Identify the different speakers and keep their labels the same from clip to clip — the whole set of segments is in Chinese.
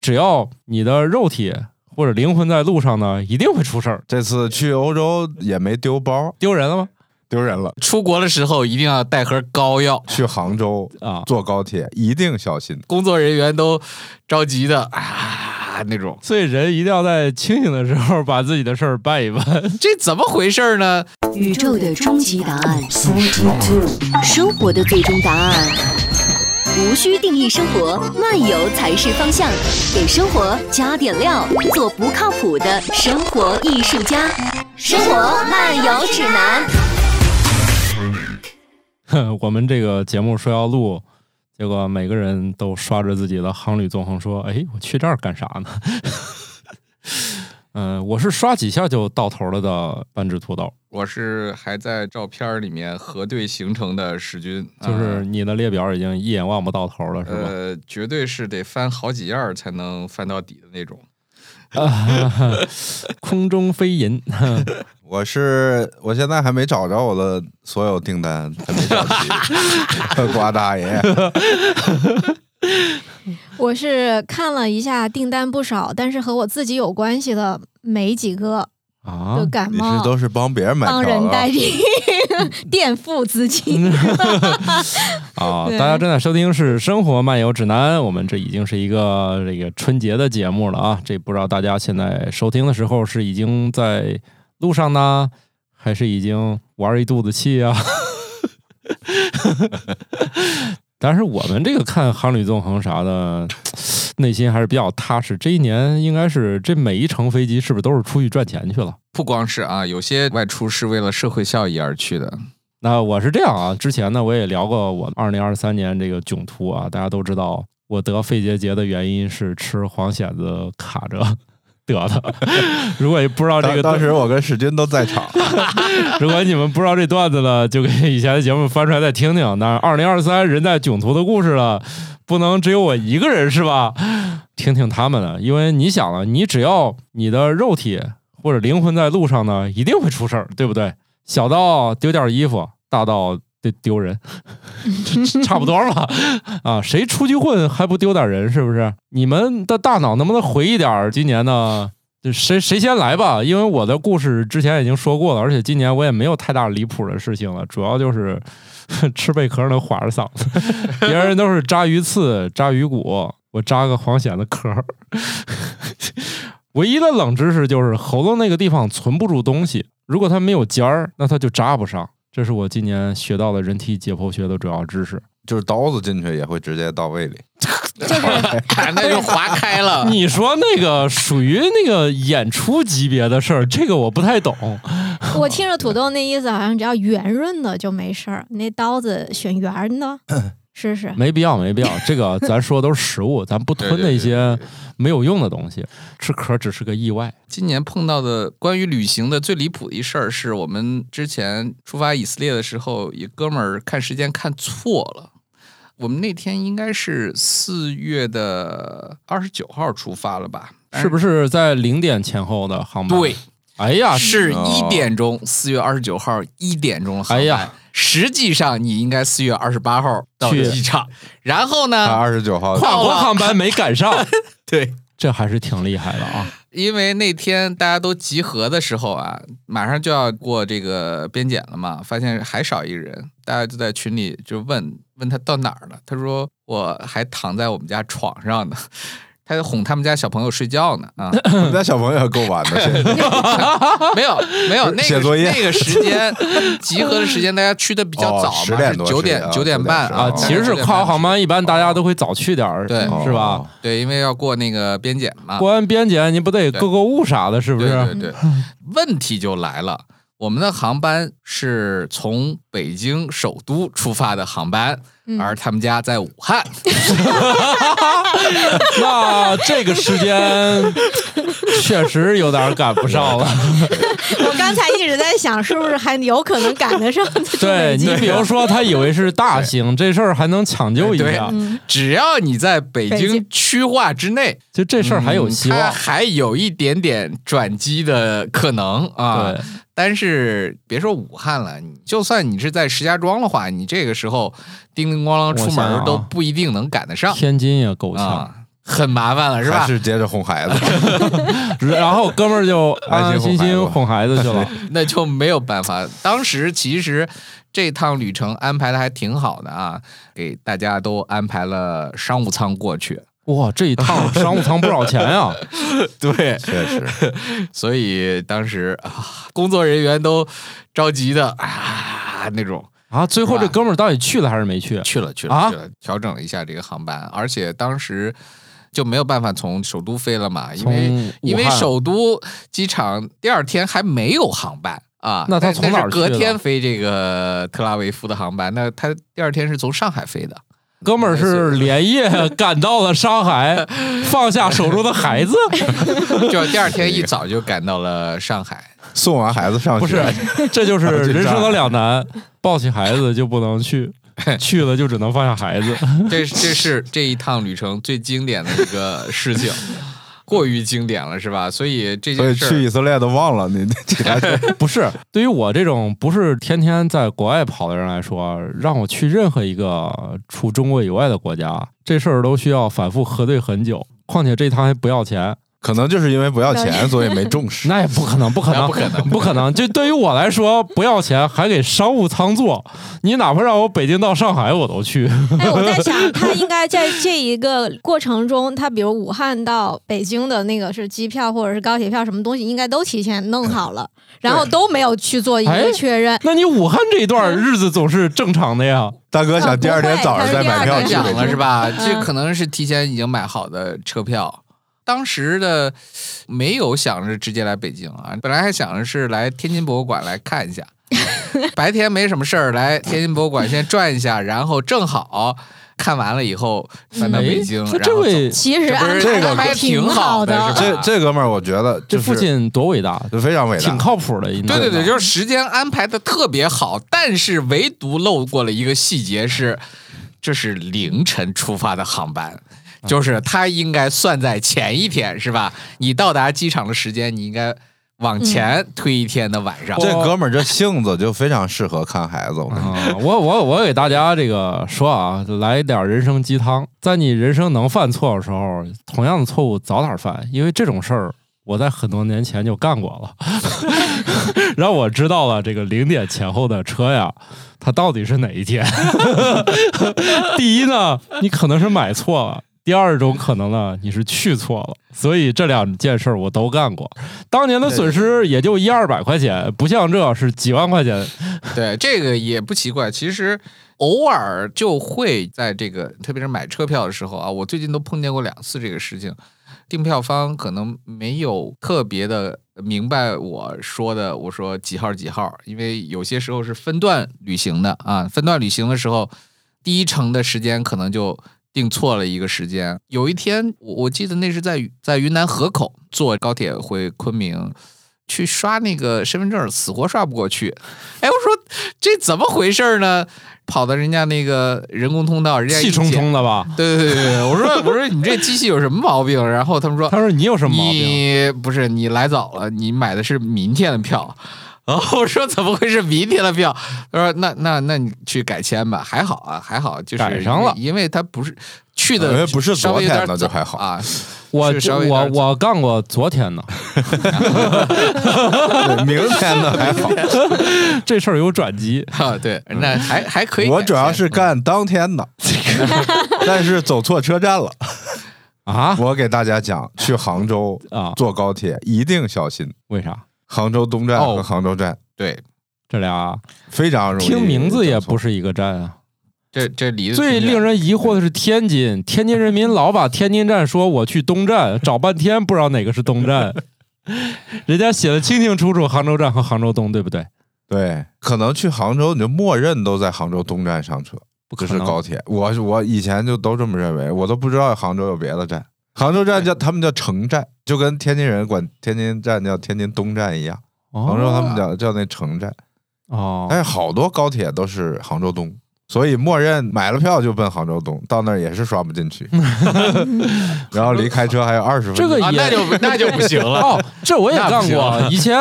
Speaker 1: 只要你的肉体或者灵魂在路上呢，一定会出事儿，
Speaker 2: 这次去欧洲也没丢包，
Speaker 1: 丢人了吗？
Speaker 2: 丢 人了。
Speaker 3: 出国的时候一定要带盒膏药。
Speaker 2: 去杭州
Speaker 1: 啊，
Speaker 2: 坐高铁一定小心，
Speaker 3: 工作人员都着急的啊那种，
Speaker 1: 所以人一定要在清醒的时候把自己的事儿办一办。
Speaker 3: 这怎么回事呢？
Speaker 4: 宇宙的终极答案，生活的最终答案。无需定义生活，漫游才是方向。给生活加点料，做不靠谱的生活艺术家。生活漫游指南。
Speaker 1: 我们这个节目说要录，结果每个人都刷着自己的航旅纵横说：“哎，我去这儿干啥呢？” 嗯、我是刷几下就到头了的半只土豆，
Speaker 3: 我是还在照片里面核对行程的史军，啊
Speaker 1: 就是你的列表已经一眼望不到头了，是吧？
Speaker 3: 呃，绝对是得翻好几页儿才能翻到底的那种。
Speaker 1: 啊， 空中飞银，
Speaker 2: 我是我现在还没找着我的所有订单，还没 找齐。 瓜大爷，
Speaker 5: 我是看了一下订单不少，但是和我自己有关系的没几个，
Speaker 1: 啊
Speaker 5: 就，感
Speaker 2: 你是
Speaker 5: 冒。
Speaker 2: 都是帮别人买
Speaker 5: 帮
Speaker 2: 票
Speaker 5: 人
Speaker 2: 的
Speaker 5: 代
Speaker 2: 啊？
Speaker 5: 替，垫付资金。
Speaker 1: 啊，
Speaker 5: 对
Speaker 1: 大家正在收听是《生活漫游指南》，我们这已经是一个这个春节的节目了啊。这不知道大家现在收听的时候是已经在路上呢，还是已经玩一肚子气啊？ 但是我们这个看航旅纵横啥的，内心还是比较踏实。这一年应该是这每一程飞机是不是都是出去赚钱去了？
Speaker 3: 不光是啊，有些外出是为了社会效益而去的。
Speaker 1: 那我是这样啊，之前呢我也聊过我二零二三年这个囧途啊，大家都知道我得肺结节的原因是吃黄蚬子卡着 得的。 如果不知道这个
Speaker 2: 当
Speaker 1: 段
Speaker 2: 当时我跟史军都在场，
Speaker 1: 如果你们不知道这段子了，就给以前的节目翻出来再听听。那二零二三人在囧途的故事了，不能只有我一个人是吧？听听他们的，因为你想了，你只要你的肉体或者灵魂在路上呢，一定会出事儿，对不对？小到丢件衣服，大到丢丢人， 差不多吧？啊，谁出去混还不丢点人？是不是？你们的大脑能不能回忆点儿今年呢？就谁谁先来吧，因为我的故事之前已经说过了，而且今年我也没有太大离谱的事情了，主要就是 吃贝壳能划着嗓子，别人都是扎鱼刺、扎鱼骨，我扎个黄蚬的壳儿。 唯一的冷知识就是喉咙那个地方存不住东西，如果它没有尖儿，那它就扎不上。这是我今年学到的人体解剖学的主要知识。
Speaker 2: 就是刀子进去也会直接到胃里。
Speaker 3: 那就划开了。
Speaker 1: 你说那个属于那个演出级别的事儿，这个我不太懂。
Speaker 5: 我听着土豆那意思，好像只要圆润的就没事儿，你那刀子选圆 的 试试。
Speaker 1: 没必要，没必要。这个咱说的都是实物，咱不
Speaker 3: 对
Speaker 1: 吞
Speaker 3: 对对
Speaker 1: 那些
Speaker 3: 对对
Speaker 1: 没有用的东西。吃壳只是个意外。
Speaker 3: 今年碰到的关于旅行的最离谱的一事儿，是我们之前出发以色列的时候，一哥们儿看时间看错了。我们那天应该是四月的二十九号出发了吧？
Speaker 1: 是不
Speaker 3: 是？
Speaker 1: 是在零点前后的航班？
Speaker 3: 对，，
Speaker 1: 哎呀，
Speaker 3: 是
Speaker 2: 哦
Speaker 3: 一点钟，四月二十九号一点钟的航
Speaker 1: 哎
Speaker 3: 班。
Speaker 1: 呀，
Speaker 3: 实际上你应该四月二十八号到
Speaker 1: 去
Speaker 3: 机场，然后
Speaker 2: 他
Speaker 3: 呢？
Speaker 2: 二十九号
Speaker 1: 啊 跨 国航班没赶 上，
Speaker 3: 啊对，
Speaker 1: 这还是挺厉害的啊！
Speaker 3: 因为那天大家都集合的时候啊，马上就要过这个边检了嘛，发现还少一人，大家就在群里就问问他到哪儿了。他说我还躺在我们家床上呢，他在哄他们家小朋友睡觉呢啊，
Speaker 2: 我们家小朋友也够晚的，现在
Speaker 3: 没有没 有那
Speaker 2: 写
Speaker 3: 个
Speaker 2: 作业
Speaker 3: 那个时间集合的时间，大家去的比较早嘛，
Speaker 2: 哦10点多
Speaker 3: 九
Speaker 2: 睡
Speaker 3: 点
Speaker 2: 啊
Speaker 3: 九点半
Speaker 2: 9点
Speaker 1: 啊，
Speaker 2: 哦
Speaker 1: 其实是跨国航班，一般大家都会早去点儿，
Speaker 3: 对 哦
Speaker 1: 是
Speaker 2: 哦
Speaker 1: 吧？？
Speaker 3: 对，因为要过那个边检嘛，
Speaker 1: 过完边检，你不得
Speaker 3: 对
Speaker 1: 购购物啥的，是不
Speaker 3: 对
Speaker 1: 是？
Speaker 3: 对对，
Speaker 5: 嗯
Speaker 3: 问题就来了。我们的航班是从北京首都出发的航班，
Speaker 5: 嗯
Speaker 3: 而他们家在武汉。
Speaker 1: 那这个时间确实有点赶不上了。
Speaker 5: 我刚才一直在想，是不是还有可能赶得上
Speaker 1: 对你
Speaker 5: 这
Speaker 1: 比如说，他以为是大型，这事儿还能抢救一
Speaker 3: 对
Speaker 1: 下，
Speaker 5: 嗯，
Speaker 3: 只要你在北
Speaker 5: 北
Speaker 3: 京
Speaker 5: 京
Speaker 3: 区划之内，
Speaker 1: 就这事儿还有希
Speaker 3: 嗯它
Speaker 1: 望。
Speaker 3: 还有一点点转机的可能啊。
Speaker 1: 对，
Speaker 3: 但是别说武汉了，你就算你是在石家庄的话，你这个时候叮叮咣啷出
Speaker 1: 我想想
Speaker 3: 门
Speaker 1: 啊
Speaker 3: 都不一定能赶得上
Speaker 1: 天津也够呛，
Speaker 3: 啊。很麻烦了，是吧
Speaker 2: 还？是接着 哄孩子，
Speaker 1: 然后哥们儿就安 安心心哄孩子去了。
Speaker 3: 那就没有办法。当时其实这趟旅程安排的还挺好的啊，给大家都安排了商务舱过去。
Speaker 1: 哇，这一 趟商务舱不少钱啊呀、
Speaker 3: 对，
Speaker 2: 确实
Speaker 3: 所以当时啊，工作人员都着急的啊那种。
Speaker 1: 啊！最后这哥们儿到底去了还是没去？
Speaker 3: 去了去了、
Speaker 1: 啊
Speaker 3: 去了，调整了一下这个航班，而且当时就没有办法从首都飞了嘛，因为
Speaker 1: 从
Speaker 3: 因为
Speaker 1: 武汉
Speaker 3: 首都机场第二天还没有航班啊，
Speaker 1: 那他
Speaker 3: 但
Speaker 1: 从哪儿
Speaker 3: 但是隔
Speaker 1: 去的
Speaker 3: 天飞这个特拉维夫的航班，那他第二天是从上海飞的，
Speaker 1: 哥们儿是连夜赶到了上 海，放下手中的孩子。
Speaker 3: 就第二天一早就赶到了上海。
Speaker 2: 送完孩子上
Speaker 1: 不
Speaker 2: 学，
Speaker 1: 是，这就是
Speaker 3: 啊
Speaker 1: 人生的两难，抱起孩子就不能 去，去了就只能放下孩子。
Speaker 3: 这这是这一趟旅程最经典的一个事情，过于经典了，是吧？所以这
Speaker 2: 所以
Speaker 3: 件事
Speaker 2: 去
Speaker 3: 儿
Speaker 2: 以色列都忘了你 其他事。
Speaker 1: 不是，对于我这种不是天天在国外跑的人来说，让我去任何一个除中国以外的国家，这事儿都需要反复核对很久。况且这一趟还不要钱，
Speaker 2: 可能就是因为不要钱，所以没重视。
Speaker 1: 那也不可能，不可能，
Speaker 3: 那不可能
Speaker 1: 不可能。就对于我来说，不要钱还给商务舱坐，你哪怕让我北京到上海我都去。
Speaker 5: 哎，我在想，他应该在这一个过程中，他比如武汉到北京的那个是机票或者是高铁票，什么东西应该都提前弄好了，然后都没有去做一
Speaker 1: 哎
Speaker 5: 个确认。
Speaker 1: 那你武汉这一段日子总是正常的呀。
Speaker 2: 大哥想第二天早上再买票
Speaker 5: 那
Speaker 2: 去
Speaker 5: 不
Speaker 3: 讲
Speaker 5: 会
Speaker 2: 北
Speaker 3: 了
Speaker 2: 京，
Speaker 3: 是吧？这
Speaker 5: 嗯
Speaker 3: 可能是提前已经买好的车票。当时的没有想着直接来北京啊，本来还想着是来天津博物馆来 看一下，白天没什么事儿，来天津博物馆先转一下，然后正好看完了以后返到北京，
Speaker 1: 哎
Speaker 3: 然
Speaker 1: 那
Speaker 3: 后
Speaker 1: 这位
Speaker 3: 走
Speaker 5: 其实
Speaker 3: 这不是
Speaker 5: 安
Speaker 2: 这
Speaker 5: 排
Speaker 2: 个
Speaker 5: 的还
Speaker 3: 挺好
Speaker 5: 好
Speaker 3: 的是吧
Speaker 2: 这这哥们儿，我觉得
Speaker 1: 啊这
Speaker 2: 就
Speaker 1: 父
Speaker 2: 是
Speaker 1: 亲多伟大，
Speaker 2: 就非常伟
Speaker 1: 挺
Speaker 2: 大。
Speaker 1: 靠谱的。应该
Speaker 3: 对对对，就是时间安排的特别好，但是唯独漏过了一个细节是，这是凌晨出发的航班，就是他应该算在前一天是吧？你到达机场的时间，你应该往前推一天的晚上。
Speaker 2: 这哥们儿这性子就非常适合看孩子，我跟你说
Speaker 1: 啊，我我我给大家这个说啊，来点人生鸡汤，在你人生能犯错的时候，同样的错误早点犯，因为这种事儿我在很多年前就干过了， 让我知道了这个零点前后的车呀，它到底是哪一天。 第一呢，你可能是买错了。第二种可能呢，你是去错了，所以这两件事儿我都干过。当年的损失也就一二百块钱，不像这是几万块钱。
Speaker 3: 对，这个也不奇怪。其实偶尔就会在这个，特别是买车票的时候啊，我最近都碰见过两次这个事情。订票方可能没有特别的明白我说的，我说几号几号，因为有些时候是分段旅行的啊。分段旅行的时候，第一程的时间可能就定错了一个时间。有一天，我我记得那是在在云南河口坐高铁回昆明，去刷那个身份证，死活刷不过去。哎，我说这怎么回事呢？跑到人家那个人工通道，人家一
Speaker 1: 气冲
Speaker 3: 检
Speaker 1: 冲的吧？
Speaker 3: 对对对对对，我说我说你这机器有什么毛病？然后他们说
Speaker 1: 他说你有什么毛病？
Speaker 3: 你不是你来早了，你买的是明天的票。然后我说怎么会是明天的票？他说那那那你去改签吧，还好啊，还好就是
Speaker 1: 改上了
Speaker 3: 因为他不是去的
Speaker 2: 因为不是
Speaker 3: 稍微有
Speaker 2: 昨天
Speaker 3: 点
Speaker 2: 的就
Speaker 3: 早
Speaker 2: 还好
Speaker 3: 啊。
Speaker 1: 我
Speaker 3: 是稍微有
Speaker 1: 我
Speaker 3: 点
Speaker 1: 我干过昨天 呢，
Speaker 2: 对明
Speaker 1: 啊
Speaker 2: 天 的还好，
Speaker 1: 这事儿有转机。
Speaker 3: 啊，对，那还还可以改签。
Speaker 2: 我主要是干当天 的， 但是走错车站了。
Speaker 1: 啊
Speaker 2: 我给大家讲，去杭州
Speaker 1: 啊！
Speaker 2: 坐高铁一定小心，
Speaker 1: 为啥？
Speaker 2: 杭州东站
Speaker 1: 哦
Speaker 2: 和杭州站
Speaker 3: 对，
Speaker 1: 这俩
Speaker 2: 非常容易。
Speaker 1: 听名字也不
Speaker 2: 是，
Speaker 1: 是一个站啊。
Speaker 3: 这这离得
Speaker 1: 最
Speaker 3: 挺远
Speaker 1: 令人疑惑的是天津，天津人民老把天津站说我去东站，找半天不知道哪个是东站。 人家写的清清楚楚，杭州站和杭州东，对不对？
Speaker 2: 对，可能去杭州你就默认都在杭州东站上车，
Speaker 1: 不可
Speaker 2: 这是
Speaker 1: 能哦
Speaker 2: 高铁。我我以前就都这么认为，我都不知道杭州有别的站。杭州站叫他们叫城站，就跟天津人管天津站叫天津东站一样，杭州
Speaker 1: 哦
Speaker 2: 他们叫叫那城站。
Speaker 1: 哦
Speaker 2: 但是好多高铁都是杭州东，所以默认买了票就奔杭州东，到那儿也是刷不 进去，然后离开车还有二十分钟。
Speaker 1: 这个
Speaker 3: 啊，
Speaker 1: 也
Speaker 3: 那就那就不行 了。
Speaker 1: 哦，这我也干过
Speaker 3: 那。
Speaker 1: 以前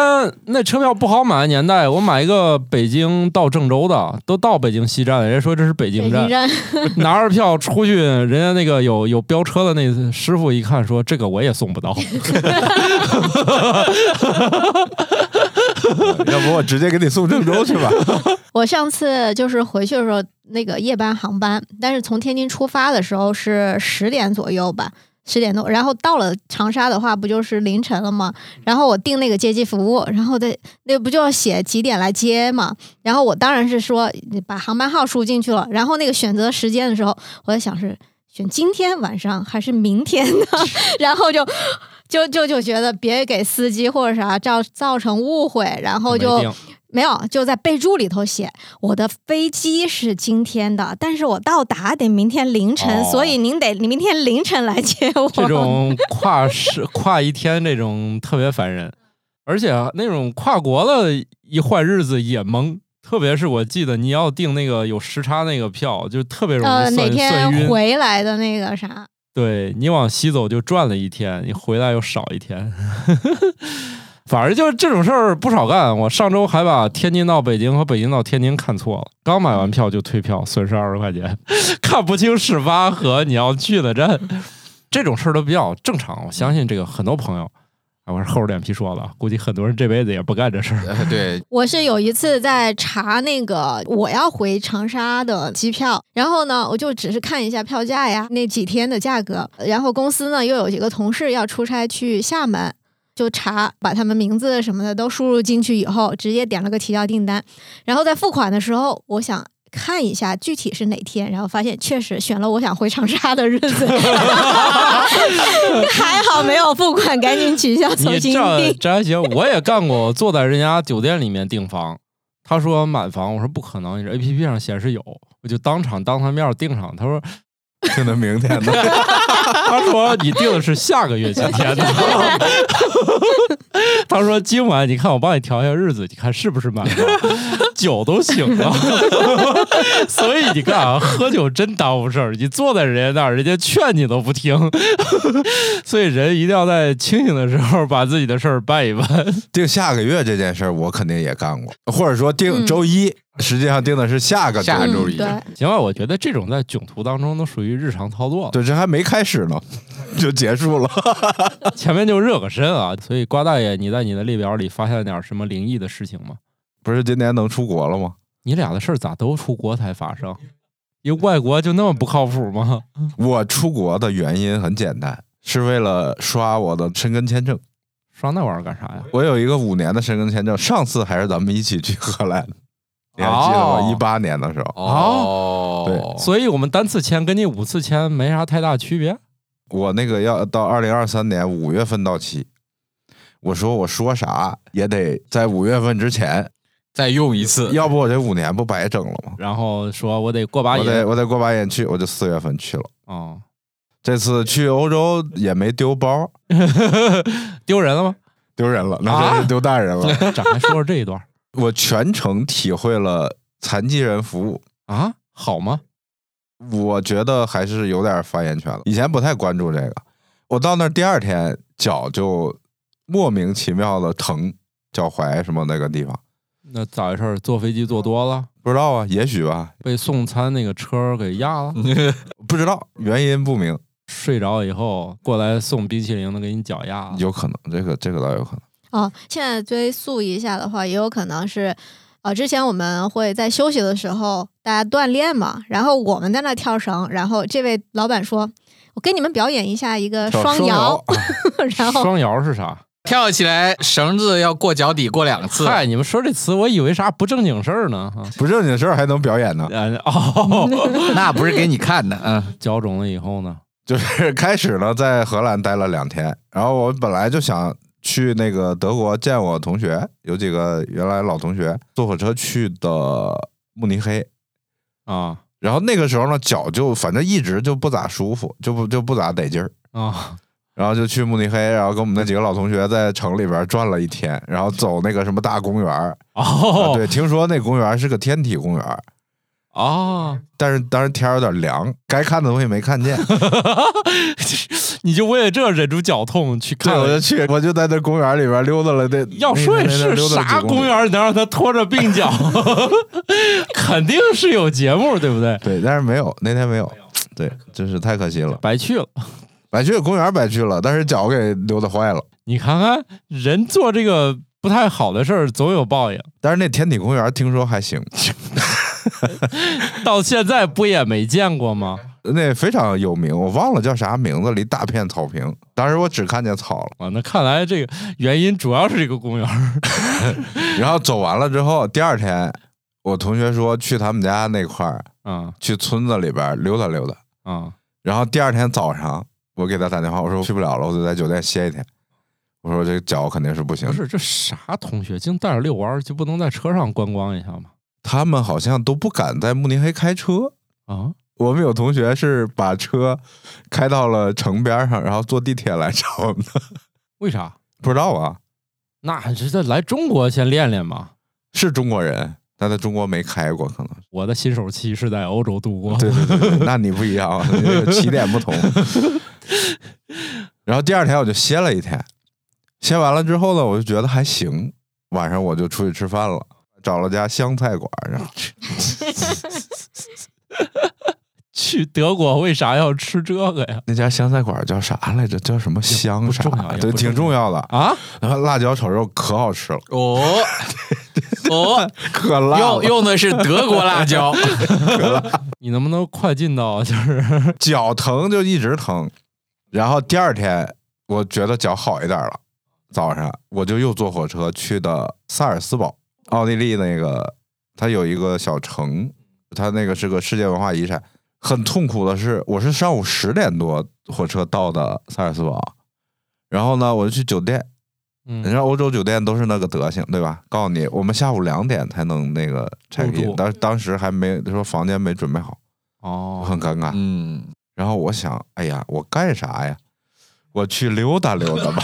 Speaker 1: 那车票不好买的年代，我买一个北京到郑州的，都到北京西站了，人家说这是北
Speaker 5: 北
Speaker 1: 京站
Speaker 5: 京，站
Speaker 1: 拿着票出去，人家那个有有飙车的那师傅一看说这个我也送不到，
Speaker 2: 要不我直接给你送郑州去吧？
Speaker 5: 我上次就是回去的时候，那个夜班航班，但是从天津出发的时候是十点左右吧，十点多，然后到了长沙的话，不就是凌晨了吗？然后我订那个接机服务，然后在那不就要写几点来接嘛？然后我当然是说你把航班号输进去了，然后那个选择时间的时候，我在想是选今天晚上还是明天呢？ 然后就。就就就觉得别给司机或者啥造造成误会，然后就
Speaker 1: 没 定
Speaker 5: 没有，就在备注里头写我的飞机是今天的，但是我到达得明天凌晨，
Speaker 1: 哦
Speaker 5: 所以您得明天凌晨来接我。
Speaker 1: 这种跨时跨一天这种特别烦人，而且啊那种跨国的一换日子也懵。特别是我记得你要订那个有时差那个票，就特别容易算、
Speaker 5: 呃，哪
Speaker 1: 算
Speaker 5: 天
Speaker 1: 晕。
Speaker 5: 回来的那个啥，
Speaker 1: 对你往西走就转了一天，你回来又少一天。 反正就是这种事儿不少干。我上周还把天津到北京和北京到天津看错了，刚买完票就退票，损失二十块钱， 看不清始发和你要去的站。这种事儿都比较正常，我相信这个很多朋友，啊，我是厚着脸皮说了，估计很多人这辈子也不干这事儿。
Speaker 3: 呃对，
Speaker 5: 我是有一次在查那个我要回长沙的机票，然后呢，我就只是看一下票价呀，那几天的价格。然后公司呢又有几个同事要出差去厦门，就查把他们名字什么的都输入进去以后，直接点了个提交订单。然后在付款的时候，我想。看一下具体是哪天，然后发现确实选了我想回长沙的日子， 还好没有付款，赶紧取消重
Speaker 1: 你
Speaker 5: 新
Speaker 1: 这
Speaker 5: 订。
Speaker 1: 这还行，我也干过，坐在人家酒店里面订房，他说满房，我说不可能，你这 A P P 上显示有，我就当场当他面儿订上。他说，
Speaker 2: 听到明天 的，
Speaker 1: 他说你订的是下个月几天的。 他说今晚你看我帮你调一下日子，你看是不是满房？ 酒都醒了， 所以你看啊，喝酒真耽误事儿。你坐在人家那儿，人家劝你都不听， 所以人一定要在清醒的时候把自己的事儿办一办。
Speaker 2: 定下个月这件事儿我肯定也干过，或者说
Speaker 1: 嗯
Speaker 2: 定周一，实际上定的是下个
Speaker 3: 下
Speaker 2: 周
Speaker 3: 个周
Speaker 5: 嗯，
Speaker 3: 一
Speaker 5: 对，
Speaker 1: 行吧，我觉得这种在囧途当中都属于日常操作了。
Speaker 2: 对，这还没开始呢，就结束了。
Speaker 1: 前面就热个身啊，所以瓜大爷，你在你的列表里发现点儿什么灵异的事情吗？
Speaker 2: 不是今年能出国了吗？
Speaker 1: 你俩的事儿咋都出国才发生？因为外国就那么不靠谱吗？
Speaker 2: 我出国的原因很简单，是为了刷我的申根签证。
Speaker 1: 刷那玩意儿干啥呀？
Speaker 2: 我有一个五年的申根签证，上次还是咱们一起去荷兰，你还记得吗？
Speaker 1: 哦
Speaker 2: 一八年的时候，
Speaker 3: 哦，
Speaker 2: 对
Speaker 1: 所以我们单次签跟你五次签没啥太大区别。
Speaker 2: 我那个要到二零二三年五月份到期，我说我说啥也得在五月份之前，
Speaker 3: 再用一次，
Speaker 2: 要不我这五年不白整了吗？
Speaker 1: 然后说我得过把
Speaker 2: 我
Speaker 1: 瘾
Speaker 2: 得我得过把瘾去，我就四月份去了。
Speaker 1: 哦，
Speaker 2: 这次去欧洲也没丢包，
Speaker 1: 丢人了吗？
Speaker 2: 丢人了，那真是丢大人了。
Speaker 1: 展开说说这一段儿
Speaker 2: 我全程体会了残疾人服务，
Speaker 1: 啊，好吗？
Speaker 2: 我觉得还是有点发言权了。以前不太关注这个，我到那儿第二天脚就莫名其妙的疼，脚踝什么那个地方
Speaker 1: 那咋回事儿？坐飞机坐多了，
Speaker 2: 不知道啊，也许吧，
Speaker 1: 被送餐那个车儿给压了。
Speaker 2: 不知道原因不明，
Speaker 1: 睡着以后过来送冰淇淋的给你啊脚丫子，
Speaker 2: 有可能这个这个倒有可能。
Speaker 5: 哦，现在追溯一下的话，也有可能是，呃，之前我们会在休息的时候大家锻炼嘛，然后我们在那跳绳，然后这位老板说：“我给你们表演一下一个
Speaker 2: 叫
Speaker 5: 呃双摇。 然后
Speaker 1: 双摇是啥？
Speaker 3: 跳起来绳子要过脚底过两次，
Speaker 1: 嗨，你们说这词，我以为啥不正经事儿呢。 啊
Speaker 2: 不正经事儿还能表演呢，
Speaker 1: 呃 哦，
Speaker 3: 那不是给你看的，嗯，
Speaker 1: 脚肿了以后呢？
Speaker 2: 就是开始呢在荷兰待了两天，然后我本来就想去那个德国见我同学，有几个原来老同学，坐火车去的慕尼黑，
Speaker 1: 啊
Speaker 2: 然后那个时候呢，脚就反正一直就不咋舒服，就不就不咋得劲儿。
Speaker 1: 啊，
Speaker 2: 然后就去慕尼黑，然后跟我们那几个老同学在城里边转了一天，然后走那个什么大公园儿、啊
Speaker 1: 哦，
Speaker 2: 对，听说那公园是个天体公园儿，
Speaker 1: 哦，
Speaker 2: 但是当时天儿有点凉，该看的东西没看见，
Speaker 1: 你就为了这忍住脚痛去
Speaker 2: 对，
Speaker 1: 看
Speaker 2: 我就去，我就在那公园里边溜达了，得
Speaker 1: 要
Speaker 2: 那
Speaker 1: 睡
Speaker 2: 那那
Speaker 1: 是
Speaker 2: 溜达了几
Speaker 1: 啥
Speaker 2: 公里
Speaker 1: 公？园能让他拖着鬓角？ 肯定是有节目，对不对？
Speaker 2: 对，但是没有，那天没有，对，真是太可惜了，
Speaker 1: 白去了。
Speaker 2: 白去公园白去了，但是脚给溜达坏了。
Speaker 1: 你看看，人做这个不太好的事儿，总有报应。
Speaker 2: 但是那天体公园听说还行，
Speaker 1: 到现在不也没见过吗？
Speaker 2: 那非常有名，我忘了叫啥名字了，一大片草坪。当时我只看见草了，
Speaker 1: 啊，那看来这个原因主要是这个公园儿。
Speaker 2: 然后走完了之后，第二天我同学说去他们家那块儿，
Speaker 1: 啊
Speaker 2: 去村子里边儿溜达溜达。
Speaker 1: 啊，
Speaker 2: 然后第二天早上，我给他打电话，我说去不了了，我得在酒店歇一天。我说这个脚肯定是不行
Speaker 1: 不，是这啥同学，净带着遛弯儿，就不能在车上观光一下吗？
Speaker 2: 他们好像都不敢在慕尼黑开车。
Speaker 1: 啊，
Speaker 2: 我们有同学是把车开到了城边上，然后坐地铁来找我们的，
Speaker 1: 为啥？
Speaker 2: 不知道啊，
Speaker 1: 那是在来中国先练练嘛。
Speaker 2: 是中国人，但在中国没开过，可能。
Speaker 1: 我的新手期是在欧洲度过。
Speaker 2: 对对对，对那你不一样啊，你这个起点不同。然后第二天我就歇了一天，歇完了之后呢，我就觉得还行，晚上我就出去吃饭了，找了家湘菜馆儿，然后
Speaker 1: 去德国为啥要吃这个呀？
Speaker 2: 那家湘菜馆儿叫啥来着？叫什么湘
Speaker 1: 不
Speaker 2: 啥
Speaker 1: 重要？也
Speaker 2: 对，
Speaker 1: 不
Speaker 2: 挺
Speaker 1: 重
Speaker 2: 重要的。
Speaker 1: 啊，
Speaker 2: 然后辣椒炒肉可好吃了，
Speaker 3: 哦 哦，
Speaker 2: 可辣
Speaker 3: 用
Speaker 2: 了，
Speaker 3: 用的是德国辣 椒，
Speaker 1: 你能不能快进到就是
Speaker 2: 脚疼就一直疼。然后第二天我觉得脚好一点了，早上我就又坐火车去的萨尔斯堡，奥地利那个，它有一个小城，它那个是个世界文化遗产。很痛苦的是，我是上午十点多火车到的萨尔斯堡，然后呢，我就去酒店，你知
Speaker 1: 嗯
Speaker 2: 道欧洲酒店都是那个德行，对吧？告诉你，我们下午两点才能那个 check
Speaker 1: 入
Speaker 2: in，
Speaker 1: 住
Speaker 2: 当当时还没说房间没准备好，我
Speaker 1: 哦
Speaker 2: 很尴尬。
Speaker 3: 嗯，
Speaker 2: 然后我想，哎呀，我干啥呀？我去溜达溜达吧。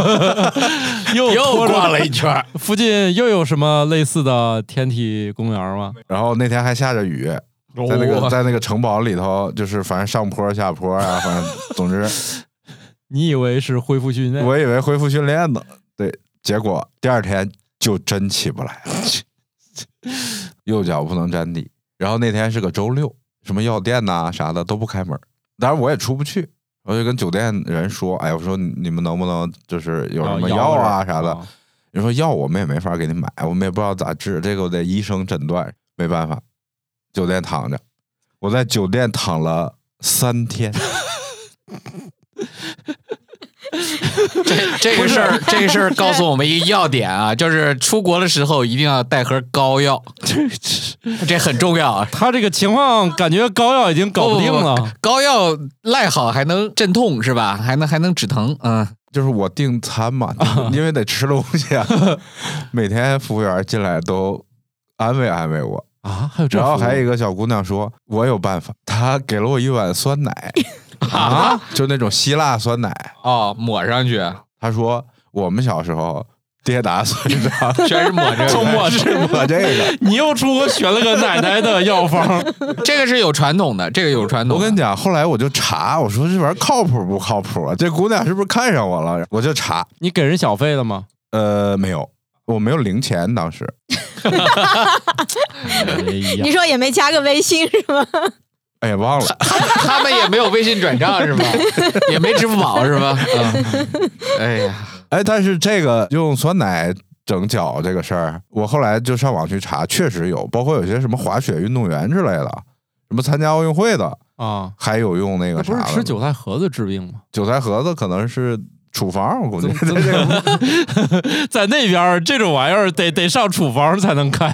Speaker 1: 又
Speaker 3: 又
Speaker 1: 拖着
Speaker 3: 逛了一圈儿，
Speaker 1: 附近又有什么类似的天体公园吗？
Speaker 2: 然后那天还下着雨，在那
Speaker 1: 哦
Speaker 2: 个在那个城堡里头，就是反正上坡下坡啊，反正总之，
Speaker 1: 你以为是恢复训练？
Speaker 2: 我以为恢复训练呢，对，结果第二天就真起不来了， 右脚不能沾地。然后那天是个周六，什么药店呐、啥的都不开门，当然我也出不去。我就跟酒店人说：“哎，我说你你们能不能就是有什么药啊啥的？”
Speaker 1: 啊
Speaker 2: 你说药我们也没法给你买，我们也不知道咋治，这个我得医生诊断，没办法，酒店躺着。我在酒店躺了三天，
Speaker 3: 这这个事儿，这个事儿告诉我们一个要点啊，就是出国的时候一定要带盒膏药，这很重要啊。
Speaker 1: 他这个情况感觉膏药已经搞不定了。
Speaker 3: 不不不啊膏药赖好还能镇痛是吧？还能还能止疼，嗯，
Speaker 2: 就是我订餐嘛， 因为得吃东西啊。每天服务员进来都安慰安慰我，
Speaker 1: 啊，还有这服务，
Speaker 2: 然后还有一个小姑娘说，我有办法，她给了我一碗酸奶
Speaker 1: 啊，
Speaker 2: 就那种希腊酸奶。
Speaker 3: 哦，抹上 去，，
Speaker 2: 她说我们小时候跌打损 伤
Speaker 3: 全是抹这
Speaker 1: 就
Speaker 3: 个，
Speaker 1: 抹
Speaker 2: 是
Speaker 1: 这 个。
Speaker 2: 我这个。
Speaker 1: 你又出国学了个奶奶的药方，
Speaker 3: 这个是有传统的，这个有传统
Speaker 2: 我
Speaker 3: 的。
Speaker 2: 跟你讲，后来我就查，我说这玩意儿靠谱不靠谱啊？这姑娘是不是看上我了？我就查，
Speaker 1: 你给人小费了吗？
Speaker 2: 呃，没有，我没有零钱，当时
Speaker 1: 哎
Speaker 5: 你说也没加个微信是吗？
Speaker 2: 哎 呀忘了，
Speaker 3: 他们也没有微信转账是 吧？也没支付宝是吧？嗯，哎呀，
Speaker 2: 哎，但是这个用酸奶整脚这个事儿，我后来就上网去查，确实有，包括有些什么滑雪运动员之类的，什么参加奥运会的，
Speaker 1: 啊，
Speaker 2: 还有用那
Speaker 1: 那
Speaker 2: 个
Speaker 1: 不
Speaker 2: 啥
Speaker 1: 是
Speaker 2: 的，
Speaker 1: 吃韭菜盒子治病吗？
Speaker 2: 韭菜盒子可能是处方，我估 计
Speaker 1: 怎么怎么 在那边儿这种玩意儿得得上处方才能开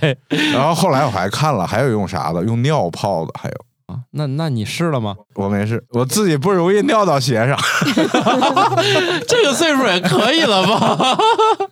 Speaker 2: 然后后来我还看了，还有用啥的，用尿泡的，还有。
Speaker 1: 啊。那那你试了吗？
Speaker 2: 我没事，我自己不容易尿到鞋上。
Speaker 1: 这个岁数也可以了吧？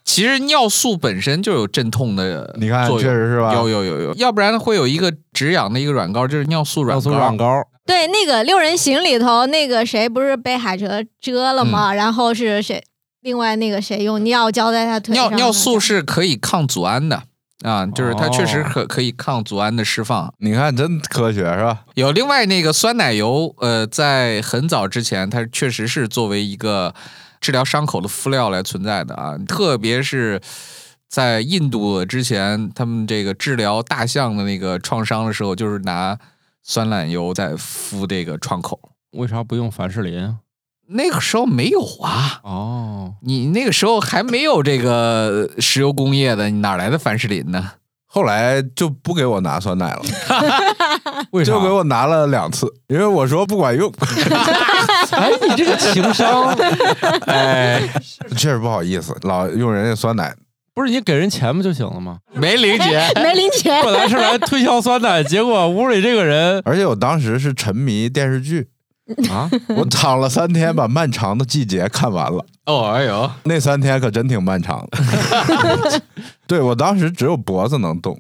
Speaker 3: 其实尿素本身就有镇痛的，
Speaker 2: 你看，确。实是吧？
Speaker 3: 有有有有，要不然会有一个止痒的一个软膏，就是尿素软膏。
Speaker 1: 膏，
Speaker 5: 对，那个《六人行》里头那个谁不是被海蜇蛰了
Speaker 2: 嗯
Speaker 5: 吗？然后是谁？另外那个谁用尿浇在他腿
Speaker 3: 尿
Speaker 5: 上，
Speaker 3: 尿素是可以抗组胺的，啊，就是它确实可可以抗组胺的释放。
Speaker 2: 你看真科学是吧？
Speaker 3: 有另外那个酸奶油，呃，在很早之前，它确实是作为一个治疗伤口的敷料来存在的啊，特别是在印度之前，他们这个治疗大象的那个创伤的时候，就是拿酸奶油在敷这个创口。
Speaker 1: 为啥不用凡士林啊？
Speaker 3: 那个时候没有啊，
Speaker 1: 哦，
Speaker 3: 你那个时候还没有这个呃石油工业的，你哪来的凡士林呢？
Speaker 2: 后来就不给我拿酸奶了，
Speaker 1: 为啥？
Speaker 2: 就给我拿了两次，因为我说不管用，
Speaker 1: 哎，你这个情商，哎，
Speaker 2: 确实不好意思，老用人家酸奶。
Speaker 1: 不是你给人钱不就行了吗？
Speaker 3: 没玲姐，
Speaker 5: 没零钱，
Speaker 1: 本来是来推销酸奶，结果屋里这个人
Speaker 2: 而且我当时是沉迷电视剧，
Speaker 1: 啊，
Speaker 2: 我躺了三天，把《漫长的季节》看完了。
Speaker 3: 哦，哎呦，
Speaker 2: 那三天可真挺漫长 的。对我当时只有脖子能动，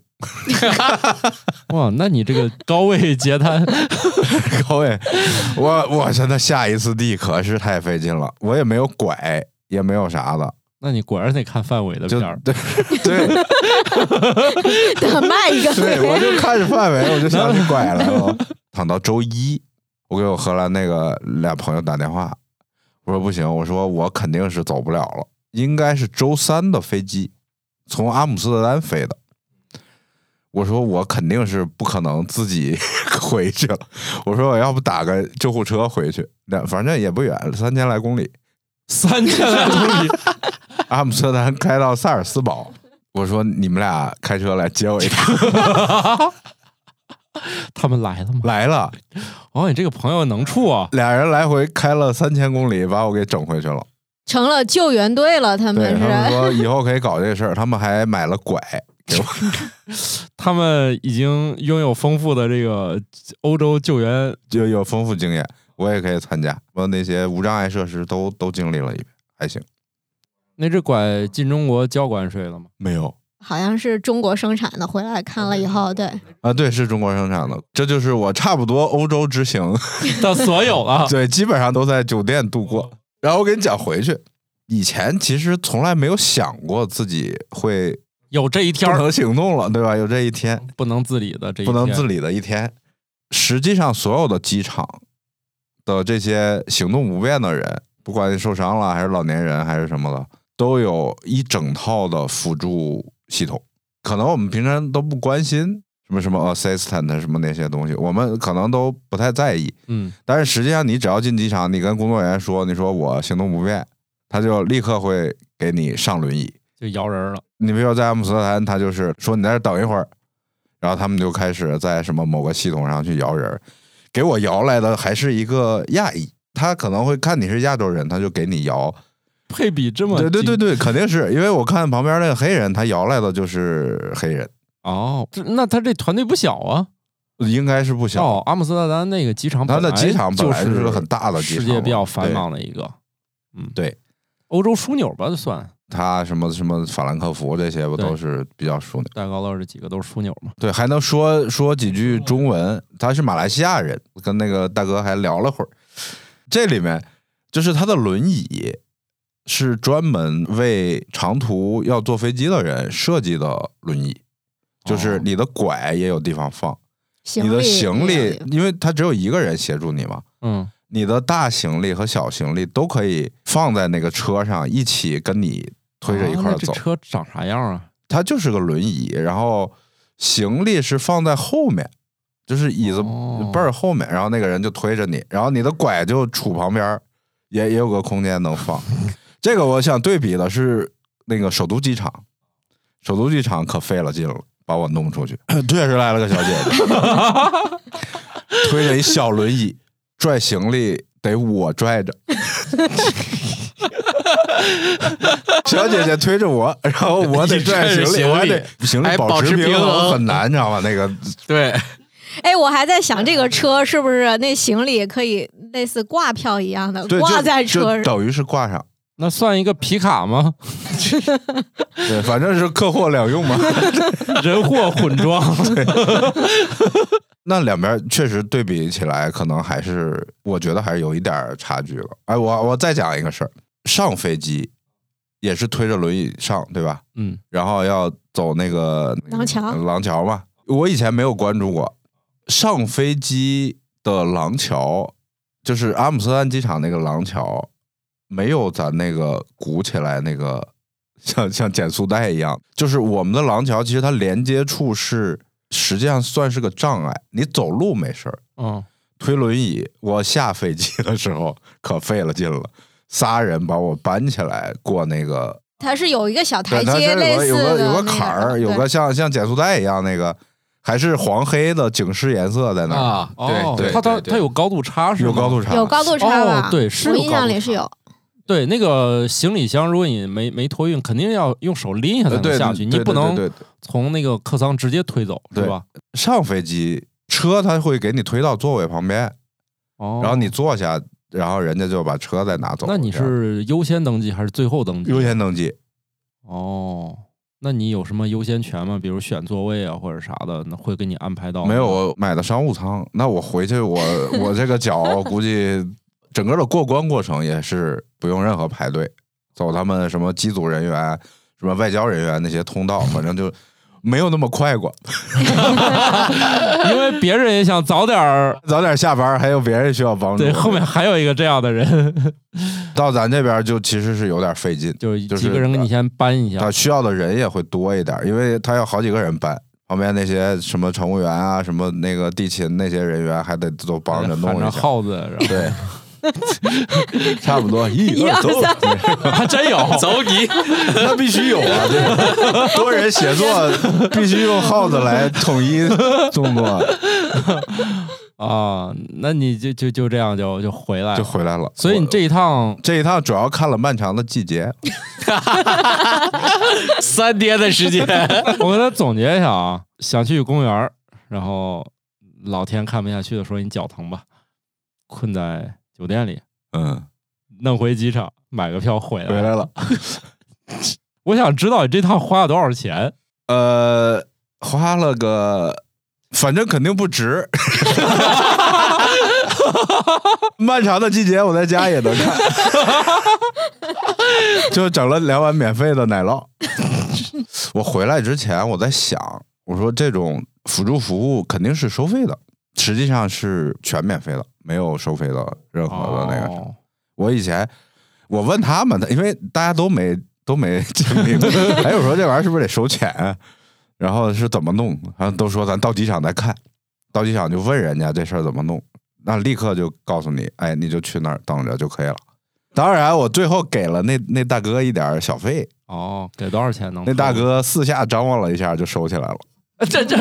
Speaker 1: 哇，那你这个高位截瘫，
Speaker 2: 各位，我我真的下一次地可是太费劲了，我也没有拐，也没有啥的，
Speaker 1: 那你果然得看范伟的
Speaker 2: 就
Speaker 1: 片儿。
Speaker 2: 对 对
Speaker 5: 等卖一个。
Speaker 2: 对，我就看着范围，我就想起拐来了。躺到周一，我给我荷兰那个俩朋友打电话，我说不行，我说我肯定是走不了了，应该是周三的飞机，从阿姆斯特丹飞的。我说我肯定是不可能自己 回去了，我说我要不打个救护车回去，那反正也不远，三千来公里，
Speaker 1: 三千来公里，
Speaker 2: 阿姆斯特丹开到萨尔斯堡。我说你们俩开车来接我一趟，
Speaker 1: 他们来 了吗？
Speaker 2: 来了，
Speaker 1: 哦，你这个朋友能处啊！
Speaker 2: 俩人来回开了三千公里，把我给整回去了。
Speaker 5: 成了救援队了，他
Speaker 2: 对
Speaker 5: 们
Speaker 2: 他们
Speaker 5: 是。
Speaker 2: 说以后可以搞这事儿，他们还买了拐给我。
Speaker 1: 他们已经拥有丰富的这个欧洲救援，
Speaker 2: 就有丰富经验，我也可以参加。我那些无障碍设施都都经历了一遍，还行。
Speaker 1: 那这拐进中国交关税 了吗？
Speaker 2: 没有
Speaker 5: 好像是中国生产的，回来看了以
Speaker 1: 嗯
Speaker 5: 后，对，
Speaker 2: 啊，对，是中国生产的，这就是我差不多欧洲之行，
Speaker 1: 但所有啊了
Speaker 2: 对，基本上都在酒店度过。然后我给你讲回去，以前其实从来没有想过自己会
Speaker 1: 有这一
Speaker 2: 不
Speaker 1: 天儿
Speaker 2: 能行动了，对吧？有这一天，
Speaker 1: 不能自理的这一
Speaker 2: 不
Speaker 1: 天
Speaker 2: 能自理的一天。实际上，所有的机场的这些行动不便的人，不管是受伤了，还是老年人，还是什么的，都有一整套的辅助系统。可能我们平常都不关心什么什么 assistant 什么那些东西，我们可能都不太在意。
Speaker 1: 嗯，
Speaker 2: 但是实际上，你只要进机场，你跟工作人员说，你说我行动不便，他就立刻会给你上轮椅。
Speaker 1: 就摇人儿了。
Speaker 2: 你比如在阿姆斯特丹，他就是说你在这儿等一会儿，然后他们就开始在什么某个系统上去摇人儿，给我摇来的还是一个亚裔，他可能会看你是亚洲人，他就给你摇。
Speaker 1: 配比这么
Speaker 2: 对对对
Speaker 1: 精
Speaker 2: 对，肯定是因为我看旁边那个黑人，他摇来的就是黑人，
Speaker 1: 哦，这那他这团队不小啊。
Speaker 2: 应该是不小。
Speaker 1: 哦，阿姆斯特丹那个机场，
Speaker 2: 他的机场本
Speaker 1: 就
Speaker 2: 来就是
Speaker 1: 是
Speaker 2: 个很大的机
Speaker 1: 世
Speaker 2: 场，
Speaker 1: 界比较繁
Speaker 2: 对。
Speaker 1: 忙的一个，嗯，
Speaker 2: 对，
Speaker 1: 欧洲枢纽吧，就算
Speaker 2: 他什么什么法兰克福这些不
Speaker 1: 对
Speaker 2: 都是比较熟的？
Speaker 1: 戴高乐这几个都是枢纽嘛。
Speaker 2: 对，还能说说几句中文。他是马来西亚人，跟那个大哥还聊了会儿。这里面就是他的轮椅是专门为长途要坐飞机的人设计的轮椅，就是
Speaker 1: 哦
Speaker 2: 你的拐也有地方放，
Speaker 5: 行
Speaker 2: 你
Speaker 5: 李，
Speaker 2: 的行
Speaker 5: 也
Speaker 2: 李
Speaker 5: 有，
Speaker 2: 因为他只有一个人协助你嘛，
Speaker 1: 嗯，
Speaker 2: 你的大行李和小行李都可以放在那个车上，一起跟你推着一块
Speaker 1: 啊
Speaker 2: 儿
Speaker 1: 那
Speaker 2: 走
Speaker 1: 这。车长啥样啊？
Speaker 2: 它就是个轮椅，然后行李是放在后面，就是椅子
Speaker 1: 哦
Speaker 2: 背儿后面，然后那个人就推着你，然后你的拐就杵旁边儿，也也有个空间能 放。这个我想对比的是那个首都机场，首都机场可费了劲了，把我弄出去， 确实来了个小姐姐， 推着一小轮椅，拽行李得我拽 着。小姐姐推着我，然后我得拽行
Speaker 3: 你拽着
Speaker 2: 李，
Speaker 3: 行
Speaker 2: 我还得行
Speaker 3: 李
Speaker 2: 李
Speaker 3: 还哎保持
Speaker 2: 持
Speaker 3: 平衡
Speaker 2: 衡很难，你知道吗？那个
Speaker 3: 对，
Speaker 5: 哎，我还在想这
Speaker 1: 嗯
Speaker 5: 个车是不是那行李可以类似挂票一样的
Speaker 2: 对，
Speaker 5: 呃挂
Speaker 2: 就
Speaker 5: 在车
Speaker 2: 就
Speaker 5: 上，
Speaker 2: 等于是挂上，
Speaker 1: 那算一个皮卡吗？
Speaker 2: 对，反正是客货两用嘛。
Speaker 1: 人货混装，
Speaker 2: 那两边确实对比起来，可能还是我觉得还是有一点差距了。哎，我我再讲一个事儿，上飞机也是推着轮椅上，对吧？
Speaker 1: 嗯，
Speaker 2: 然后要走那个呃
Speaker 5: 廊桥
Speaker 2: 廊桥嘛。我以前没有关注过，上飞机的廊桥，就是阿姆斯特丹机场那个廊桥，没有咱那个鼓起来那个像像减速带一样，就是我们的廊桥其实它连接处是实际上算是个障碍，你走路没事儿，
Speaker 1: 嗯，
Speaker 2: 推轮椅，我下飞机的时候可费了劲了，仨人把我搬起来过那个
Speaker 5: 它是有一个小
Speaker 2: 对，
Speaker 5: 台
Speaker 2: 它
Speaker 5: 阶
Speaker 2: 这
Speaker 5: 类
Speaker 2: 有个
Speaker 5: 似
Speaker 2: 有
Speaker 5: 的
Speaker 2: 个有
Speaker 5: 那
Speaker 2: 个
Speaker 5: 个
Speaker 2: 坎儿，有
Speaker 5: 对
Speaker 2: 个像像减速带一样那个，还是黄黑的警示颜色在那儿，
Speaker 3: 啊，
Speaker 1: 哦
Speaker 3: 对对，
Speaker 1: 它它
Speaker 3: 对
Speaker 1: 它有高度差是吗
Speaker 2: 有高度差，
Speaker 5: 有高度差
Speaker 1: 哦
Speaker 5: 吧？
Speaker 1: 对是
Speaker 5: 我
Speaker 1: 有
Speaker 5: 印
Speaker 1: 高
Speaker 5: 象
Speaker 1: 度
Speaker 5: 里是
Speaker 1: 差
Speaker 5: 有。
Speaker 1: 对那个行李箱，如果你没没托运，肯定要用手拎一下才
Speaker 2: 呃对
Speaker 1: 能下去，
Speaker 2: 对
Speaker 1: 你不
Speaker 2: 对对
Speaker 1: 能
Speaker 2: 对对
Speaker 1: 从那个客舱直接推走，是
Speaker 2: 对
Speaker 1: 吧？
Speaker 2: 上飞机车，它会给你推到座位旁边，
Speaker 1: 哦，
Speaker 2: 然后你坐下，然后人家就把车再拿走。
Speaker 1: 那你
Speaker 2: 这样
Speaker 1: 是优先登记还是最后登记？
Speaker 2: 优先登记？
Speaker 1: 哦，那你有什么优先权吗？比如选座位啊或者啥的，那会给你安排到吗
Speaker 2: 没有，我买的商务舱，那我回去我 我这个脚估计整个的过关过程也是不用任何排队，走他们什么机组人员、什么外交人员那些通道，反正就没有那么快过。
Speaker 1: 因为别人也想早点儿。
Speaker 2: 早点下班，还有别人需要帮助。
Speaker 1: 对，后面还有一个这样的人，
Speaker 2: 到咱这边就其实是有点费劲，
Speaker 1: 就是
Speaker 2: 就是
Speaker 1: 几个人给你先搬一下
Speaker 2: 他。需要的人也会多一点，因为他要好几个人搬。旁边那些什么乘务员啊，什么那个地勤那些人员，还得都帮着弄
Speaker 1: 喊
Speaker 2: 一
Speaker 1: 上
Speaker 2: 下。
Speaker 1: 耗子，然后
Speaker 2: 对， 差不多一
Speaker 5: 一二
Speaker 2: 走
Speaker 5: 三
Speaker 2: 对
Speaker 1: 还真有，
Speaker 3: 走你，
Speaker 2: 那必须有啊！对，多人协作必须用耗子来统一动作，
Speaker 1: 啊，那你就就就这样就就回来了
Speaker 2: 就回来了。
Speaker 1: 所以你这一趟
Speaker 2: 这一趟主要看了《漫长的季节》，
Speaker 3: 三天的时 间，
Speaker 1: 我给他总结一下啊，想去公园儿，然后老天看不下去的说你脚疼吧，困在酒店里，
Speaker 2: 嗯，
Speaker 1: 弄回机场买个票回来。
Speaker 2: 回来了。
Speaker 1: 我想知道你这趟花了多少钱？
Speaker 2: 呃，花了个，反正肯定不值。 漫长的季节，我在家也能看， 就整了两碗免费的奶酪。我回来之前，我在想，我说这种辅助服务肯定是收费的，实际上是全免费的，没有收费的任何的那个。
Speaker 1: 哦
Speaker 2: 我以前我问他们，因为大家都没都没经 历过，哎，我说这玩意儿是不是得收钱啊？然后是怎么弄？然后都说咱到机场再看，到机场就问人家这事儿怎么弄，那立刻就告诉你，哎，你就去那儿等着就可以了。当然，我最后给了那那大哥一点儿小费，
Speaker 1: 哦，给多少钱能？
Speaker 2: 那大，哥四下张望了一下就收起来了，
Speaker 3: 这这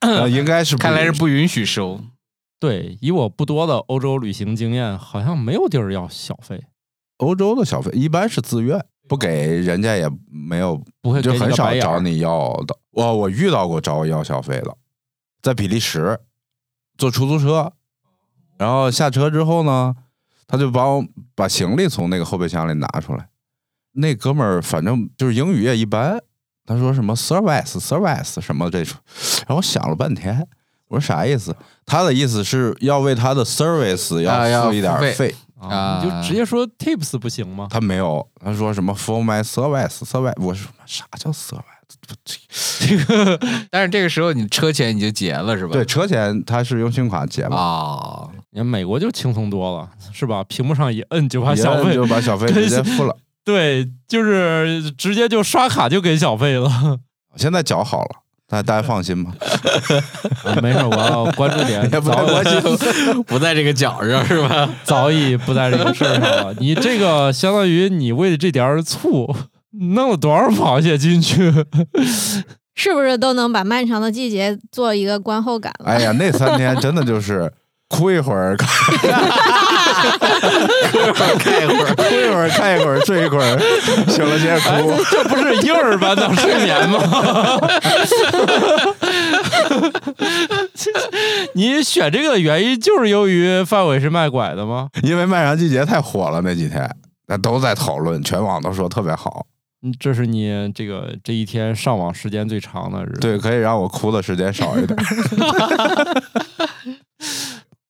Speaker 2: 呃应该是不
Speaker 3: 看来是不允许收。
Speaker 1: 对，以我不多的欧洲旅行经验，好像没有地儿要小费，
Speaker 2: 欧洲的小费一般是自愿，不给人家也没有
Speaker 1: 不会给
Speaker 2: 就
Speaker 1: 你个
Speaker 2: 很少
Speaker 1: 白眼
Speaker 2: 找
Speaker 1: 儿。
Speaker 2: 你要的。我我遇到过找我要小费的，在比利时坐出租车，然后下车之后呢，他就帮我把行李从那个后备箱里拿出来。那哥们儿反正就是英语也一般，他说什么 service service 什么这种，然后想了半天，我说啥意思？他的意思是要为他的 service
Speaker 3: 啊要
Speaker 2: 要付一点
Speaker 3: 付费
Speaker 2: 费，
Speaker 1: 啊，你就直接说 tips 不行吗？
Speaker 2: 他没有，他说什么 for my service service，我说啥叫 service？
Speaker 3: 但是这个时候你车钱已经结了是吧？
Speaker 2: 对，车钱他是用信用卡结嘛，
Speaker 3: 啊，
Speaker 1: 你看美国就轻松多了，是吧？屏幕上一摁就把
Speaker 2: 别
Speaker 1: 小
Speaker 2: 人
Speaker 1: 费
Speaker 2: 就把小费直接付了。
Speaker 1: 对，就是直接就刷卡就给小费了。
Speaker 2: 现在脚好了，大大家 放心吧。
Speaker 1: 啊没事，我要关注 点，
Speaker 2: 也不太
Speaker 1: 早
Speaker 2: 关心
Speaker 3: 不在这个角上是吧？
Speaker 1: 早已不在这个事儿上了。你这个相当于你为这点儿醋弄了多少螃蟹进去？
Speaker 5: 是不是都能把漫长的季节做一个观后感了？
Speaker 2: 哎呀，那三天真的就是 哭一会 儿，哭
Speaker 3: 看一会儿，
Speaker 2: 一会儿，看一会儿，睡一会儿，醒了接着哭。
Speaker 1: 哎这不是婴儿般的睡眠吗？你选这个的原因就是由于范伟是卖拐的吗？
Speaker 2: 因为《漫长季节》太火了，那几天那都在讨论，全网都说特别好。
Speaker 1: 嗯这是你这个这一天上网时间最长的日子。
Speaker 2: 对，可以让我哭的时间少一点。啊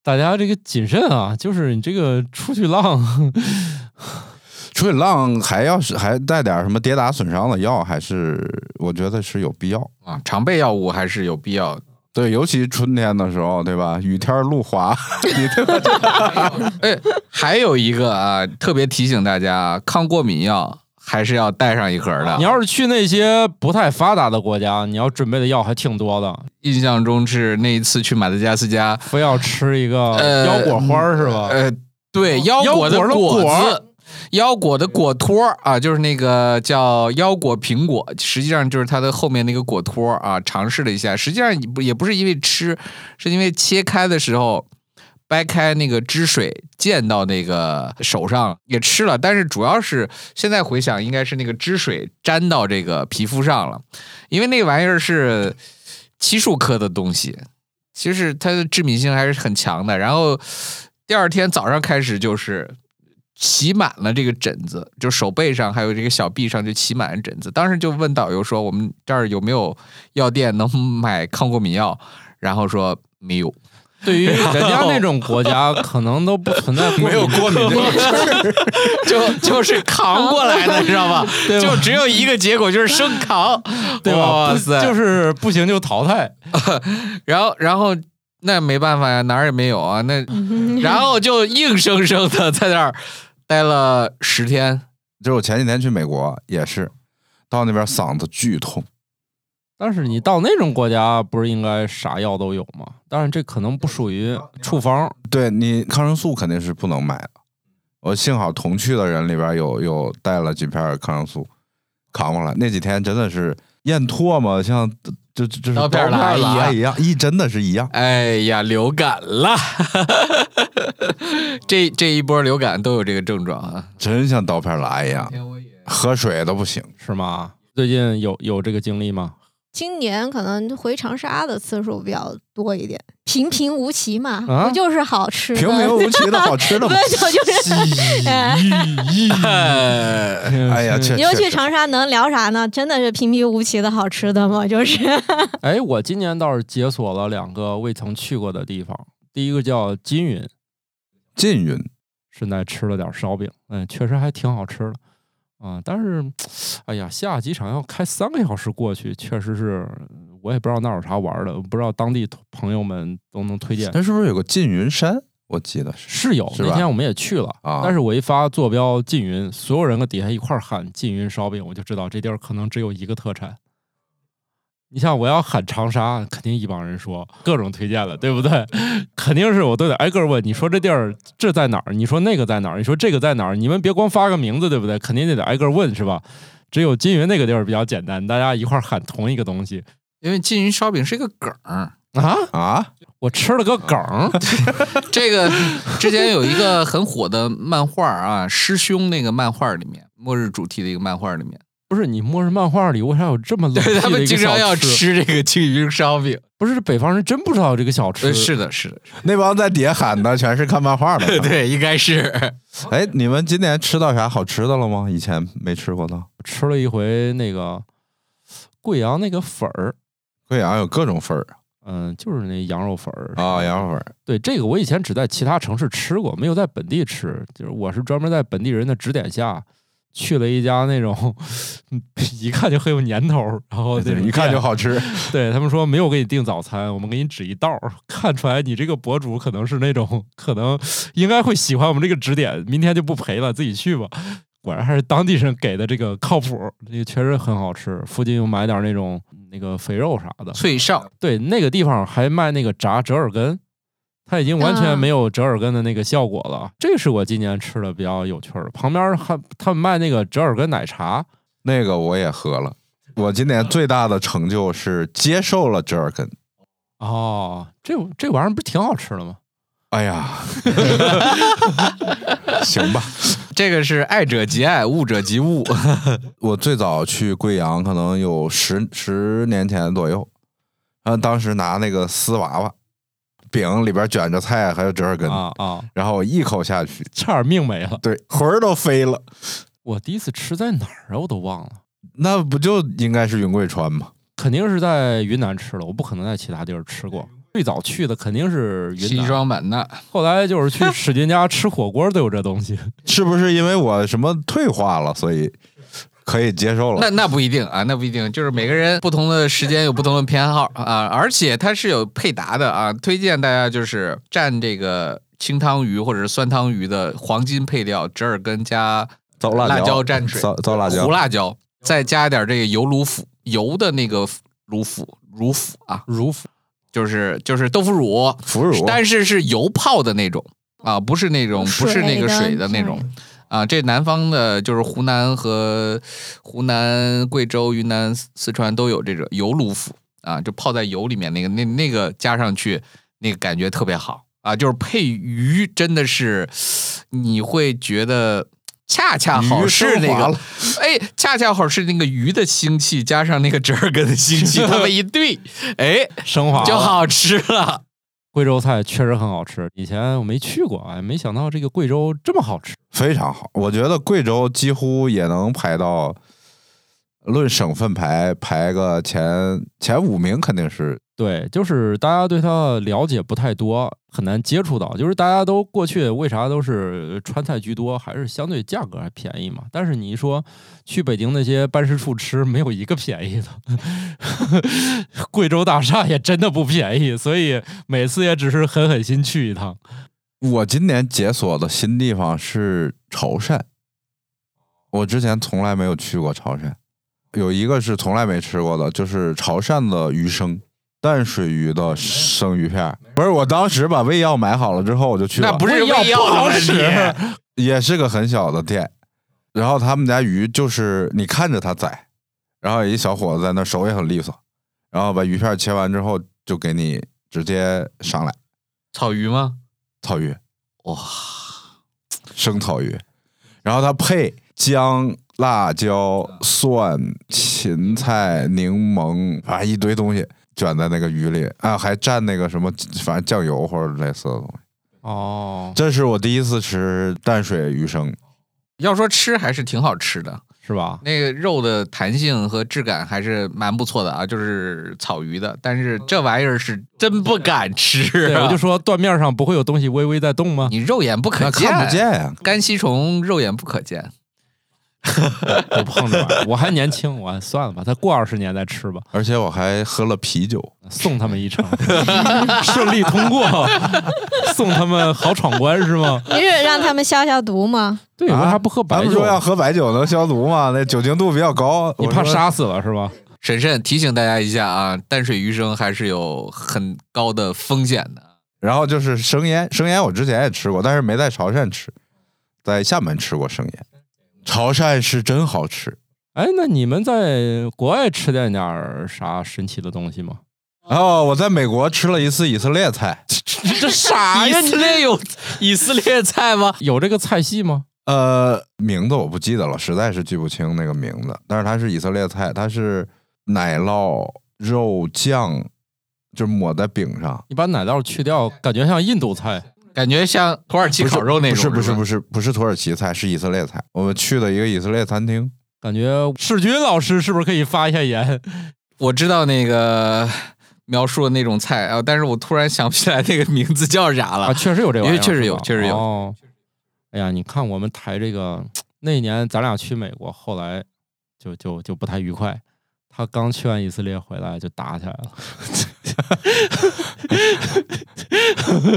Speaker 1: 大家这个谨慎啊，就是你这个出去浪，
Speaker 2: 出去浪还要是还带点什么跌打损伤的药，还是我觉得是有必要。
Speaker 3: 啊，常备药物还是有必要。
Speaker 2: 对，尤其春天的时候，对吧？雨天路滑， 你对吧？
Speaker 3: 哎，还有一个啊，特别提醒大家啊，抗过敏药还是要带上一盒的。
Speaker 1: 你要是去那些不太发达的国家，你要准备的药还挺多的，
Speaker 3: 印象中是那一次去马达加斯加，
Speaker 1: 非要吃一个
Speaker 3: 呃
Speaker 1: 腰果花儿是吧？
Speaker 3: 呃，对，腰
Speaker 1: 腰
Speaker 3: 果的
Speaker 1: 果的
Speaker 3: 果
Speaker 1: 果
Speaker 3: 子，腰果的果托儿啊，就是那个叫腰果苹果，实际上就是它的后面那个果托儿啊。尝试了一下，实际上也不也不是因为吃，是因为切开的时候。掰开那个汁水溅到那个手上也吃了，但是主要是现在回想，应该是那个汁水沾到这个皮肤上了，因为那个玩意儿是漆树科的东西，其实它的致敏性还是很强的。然后第二天早上开始就是起满了这个疹子，就手背上还有这个小臂上就起满了疹子。当时就问导游说：“我们这儿有没有药店能买抗过敏药？”然后说没 有。
Speaker 1: 对于人家那种国 家，可能都不存在过敏
Speaker 2: 没有过敏这个事儿。
Speaker 3: 就就是扛过来的，知道吧？
Speaker 1: 对吧
Speaker 3: 就只有一个结果，就是生扛，
Speaker 1: 对吧？
Speaker 3: 哇
Speaker 1: 不
Speaker 3: 塞！，
Speaker 1: 就是是不行就淘汰。
Speaker 3: 然后，然后那没办法呀，哪儿也没有啊。 那然后就硬生生的在那儿待了十天，
Speaker 2: 就是我前几天去美国也是，到那边嗓子巨痛，
Speaker 1: 但是你到那种国家，不是应该啥药都有吗？当然，这可能不属于处方。
Speaker 2: 对你抗生素肯定是不能买的。我幸好同去的人里边有有带了几片抗生素，扛过来。那几天真的是咽唾沫像就就就是
Speaker 3: 刀片
Speaker 2: 片
Speaker 3: 儿拉一样
Speaker 2: 一样，一真的是一样。
Speaker 3: 哎呀，流感了， 这这一波流感都有这个症状啊。
Speaker 2: 真像刀片拉一样，喝水都不行。
Speaker 1: 是吗？最近有有这个经历吗？
Speaker 5: 今年可能回长沙的次数比较多一点，平平无奇嘛，
Speaker 1: 啊
Speaker 5: 不就是好吃的？
Speaker 2: 平平无奇的好吃的
Speaker 5: 不
Speaker 2: 吗？
Speaker 5: 是就就是，哎
Speaker 3: 嗯哎
Speaker 2: 哎
Speaker 1: 嗯
Speaker 2: 呀， 确
Speaker 5: 你说
Speaker 2: 确
Speaker 5: 去
Speaker 2: 实
Speaker 5: 长沙能聊啥呢？真的是平平无奇的好吃的吗？就是，
Speaker 1: 哎，我今年倒是解锁了两个未曾去过的地方。第一个叫金云，
Speaker 2: 缙云
Speaker 1: 顺带吃了点烧饼，嗯，确实还挺好吃的啊、但是，哎呀，下机场要开三个小时过去，确实是我也不知道那儿有啥玩儿的，不知道当地朋友们都能推荐。
Speaker 2: 那是不是有个缙云山？我记得是
Speaker 1: 是有
Speaker 2: 是
Speaker 1: 那
Speaker 2: 吧
Speaker 1: 天我们也去了，
Speaker 2: 啊
Speaker 1: 但是我一发坐标缙云，所有人跟底下一块儿喊缙云烧饼，我就知道这地儿可能只有一个特产。你像我要喊长沙，肯定一帮人说各种推荐了，对不对？ 肯定是我都得挨个儿问。你说这地儿这在哪儿？你说那个在哪儿？你说这个在哪儿？你们别光发个名字，对不对？肯定得得挨个儿问，是吧？只有缙云那个地儿比较简单，大家一块儿喊同一个东西
Speaker 3: 因为缙云烧饼是一个梗儿，
Speaker 1: 啊！
Speaker 2: 啊，
Speaker 1: 我吃了个梗 儿，
Speaker 3: 这个 之前有一个很火的漫画啊，《师兄》那个漫画里面，末日主题的一个漫画 里面，
Speaker 1: 不是你末日漫画里为啥有这么冷僻
Speaker 3: 对他
Speaker 1: 的
Speaker 3: 们
Speaker 1: 一个
Speaker 3: 经
Speaker 1: 小
Speaker 3: 常要
Speaker 1: 吃
Speaker 3: 吃这个缙云烧饼。
Speaker 1: 不是北方人真不知道有这个小
Speaker 2: 呃
Speaker 1: 吃，
Speaker 3: 对， 是的，是的，
Speaker 2: 那帮在底下喊的全是看漫画的。
Speaker 3: 对，应该 是
Speaker 2: 哎，你们今年吃到啥好吃的了吗？以前没吃过的。
Speaker 1: 吃了一回那个贵阳那个粉儿，
Speaker 2: 贵阳有各种粉儿
Speaker 1: 嗯，就是那羊肉粉儿
Speaker 2: 啊，羊肉粉儿。
Speaker 1: 对这个我以前只在其他城市吃过，没有在本地吃，就是我是专门在本地人的指点下。去了一家那种， 嗯一看就很有年头儿，然后那种
Speaker 2: 一看就
Speaker 1: 店，
Speaker 2: 好吃，
Speaker 1: 哦 对他们说没有给你订早餐，我们给你指一道儿，看出来你这个博主可能是那种，可能应该会喜欢我们这个指点，明天就不陪了，自己去吧。果然还是当地人给的这个靠谱，这个确实很好吃。附近又买点那种那个肥肉啥的，
Speaker 3: 脆哨。
Speaker 1: 对，那个地方还卖那个炸折耳根，它已经完全
Speaker 5: 啊
Speaker 1: 没有折耳根的那个效果了。这是我今年吃的比较有趣儿的。旁边还他们卖那个折耳根奶茶，
Speaker 2: 那个我也喝了。我今年最大的成就是接受了折耳根。
Speaker 1: 哦，这这玩意儿不是挺好吃的吗？
Speaker 2: 哎呀，行吧。
Speaker 3: 这个是爱者即爱，物者即 物。
Speaker 2: 我最早去贵阳可能有十十年前左右，然后当时拿那个丝娃娃饼里边卷着菜，还有折耳根，
Speaker 1: 啊啊，
Speaker 2: 然后我一口下去，
Speaker 1: 差点命没了。
Speaker 2: 对，魂儿都飞了。
Speaker 1: 我第一次吃在哪儿啊？我都忘了，
Speaker 2: 那不就应该是云贵川吗？
Speaker 1: 肯定是在云南吃的，我不可能在其他地儿吃过。最早去的肯定是云
Speaker 3: 西
Speaker 1: 南，
Speaker 3: 双版纳，
Speaker 1: 后来就是去史军家吃火锅都有这东 西。
Speaker 2: 是不是因为我什么退化了，所以可以接受 了？
Speaker 3: 那那不一定啊，那不一定，就是每个人不同的时间有不同的偏好啊，而且它是有配搭的啊，推荐大家就是蘸这个清汤鱼或者是酸汤鱼的黄金配料折耳根加
Speaker 2: 糟辣
Speaker 3: 辣椒
Speaker 2: 椒
Speaker 3: 蘸水
Speaker 2: 糟糟辣椒
Speaker 3: 胡，辣椒，再加一点这个油卤腐，油的那个卤腐乳腐啊，
Speaker 1: 如腐
Speaker 3: 就是就是豆腐乳，
Speaker 2: 腐乳，
Speaker 3: 但是是油泡的那种啊，不是那种不是那个水的那种
Speaker 5: 水
Speaker 3: 啊。这南方的就是湖南和湖南、贵州、云南、四川都有这种油卤腐啊，就泡在油里面那个那那个加上去，那个感觉特别好啊，就是配鱼真的是你会觉得。恰恰啊好
Speaker 2: 鱼
Speaker 3: 是那
Speaker 2: 升华
Speaker 3: 个
Speaker 2: 了，
Speaker 3: 哎，恰恰好是那个鱼的腥气加上那个折耳根的 腥气，它们一对，哎，
Speaker 1: 升华
Speaker 3: 就
Speaker 1: 了。
Speaker 3: 好吃了。
Speaker 1: 啊贵州菜确实很好吃，以前我没去过，哎，没想到这个贵州这么好吃。
Speaker 2: 非常好。我觉得贵州几乎也能排到，论省份排排个前前五名肯定是。
Speaker 1: 对，就是大家对它的了解不太多，很难接触到。就是大家都过去为啥都是川菜居多，还是相对价格还便宜嘛？但是你一说去北京那些办事处吃，没有一个便宜的， 贵州大厦也真的不便宜，所以每次也只是狠狠心去一趟。
Speaker 2: 我今年解锁的新地方是潮汕，我之前从来没有去过潮汕。有一个是从来没吃过的，就是潮汕的鱼生，淡水鱼的生鱼片儿。不是，我当时把胃药买好了之后，我就去了。
Speaker 3: 那不是
Speaker 1: 要
Speaker 3: 胃药
Speaker 2: 啊
Speaker 1: 不
Speaker 3: 的
Speaker 1: 好
Speaker 3: 问题
Speaker 1: 使，
Speaker 2: 也是个很小的店，然后他们家鱼就是你看着他宰，然后有一小伙子在那手也很利索，然后把鱼片切完之后就给你直接上来
Speaker 3: 草鱼吗？
Speaker 2: 草鱼，
Speaker 3: 哇、
Speaker 2: 生草鱼，然后他配姜、辣椒、蒜、芹菜、柠檬，反正一堆东西卷在那个鱼里啊，还蘸那个什么，反正酱油或者类似的东西。
Speaker 1: 哦，
Speaker 2: 这是我第一次吃淡水鱼生，
Speaker 3: 要说吃还是挺好吃的，
Speaker 1: 是 吧？
Speaker 3: 那个肉的弹性和质感还是蛮不错的啊，就是草鱼的，但是这玩意儿是真不敢吃、
Speaker 1: 对，
Speaker 3: 啊，
Speaker 1: 我就说断面上不会有东西微微在动吗？
Speaker 3: 你肉眼不可
Speaker 2: 那
Speaker 3: 见，
Speaker 2: 看不见呀、
Speaker 3: 干吸虫肉眼不可见，
Speaker 1: 不碰这玩意儿，我还年轻，我还算了吧，再过二十年再吃吧，
Speaker 2: 而且我还喝了啤酒。
Speaker 1: 送他们一 程，顺利通过，送他们好闯关是吗？
Speaker 5: 你是让他们消消毒吗？
Speaker 1: 对，为
Speaker 2: 啊
Speaker 1: 啥不喝
Speaker 2: 咱
Speaker 1: 白
Speaker 2: 们
Speaker 1: 酒
Speaker 2: 说？要喝白酒能消毒吗？那酒精度比较高，
Speaker 1: 你
Speaker 2: 我
Speaker 1: 怕
Speaker 2: 说
Speaker 1: 杀死了是吧？
Speaker 3: 审慎提醒大家一下啊，淡水鱼生还是有很高的风险的。
Speaker 2: 然后就是生腌，生腌我之前也吃过，但是没在潮汕吃，在厦门吃过生腌。潮汕是真好吃
Speaker 1: 哎，那你们在国外吃见点儿啥神奇的东西吗？
Speaker 2: 哦！我在美国吃了一次以色列菜，
Speaker 1: 这啥
Speaker 3: 以色列有以色列菜吗？
Speaker 1: 有这个菜系吗？
Speaker 2: 呃，名字我不记得了，实在是记不清那个名字。但是它是以色列菜，它是奶酪、肉酱，就抹在饼上。
Speaker 1: 你把奶酪去掉，感觉像印度菜。
Speaker 3: 感觉像土耳其烤肉那种，
Speaker 2: 不是不是
Speaker 3: 吧
Speaker 2: 不是不是土耳其菜，是以色列菜。我们去的一个以色列餐厅，
Speaker 1: 感觉世军老师是不是可以发一下言？
Speaker 3: 我知道那个描述的那种菜啊，但是我突然想不起来那个名字叫啥了。
Speaker 1: 啊，确实有这玩意儿，
Speaker 3: 因为确实有
Speaker 1: 是吧
Speaker 3: 确实有
Speaker 1: 哦，哎呀，你看我们台这个，那年咱俩去美国，后来就就就不太愉快。他刚去完以色列回来就打起来了，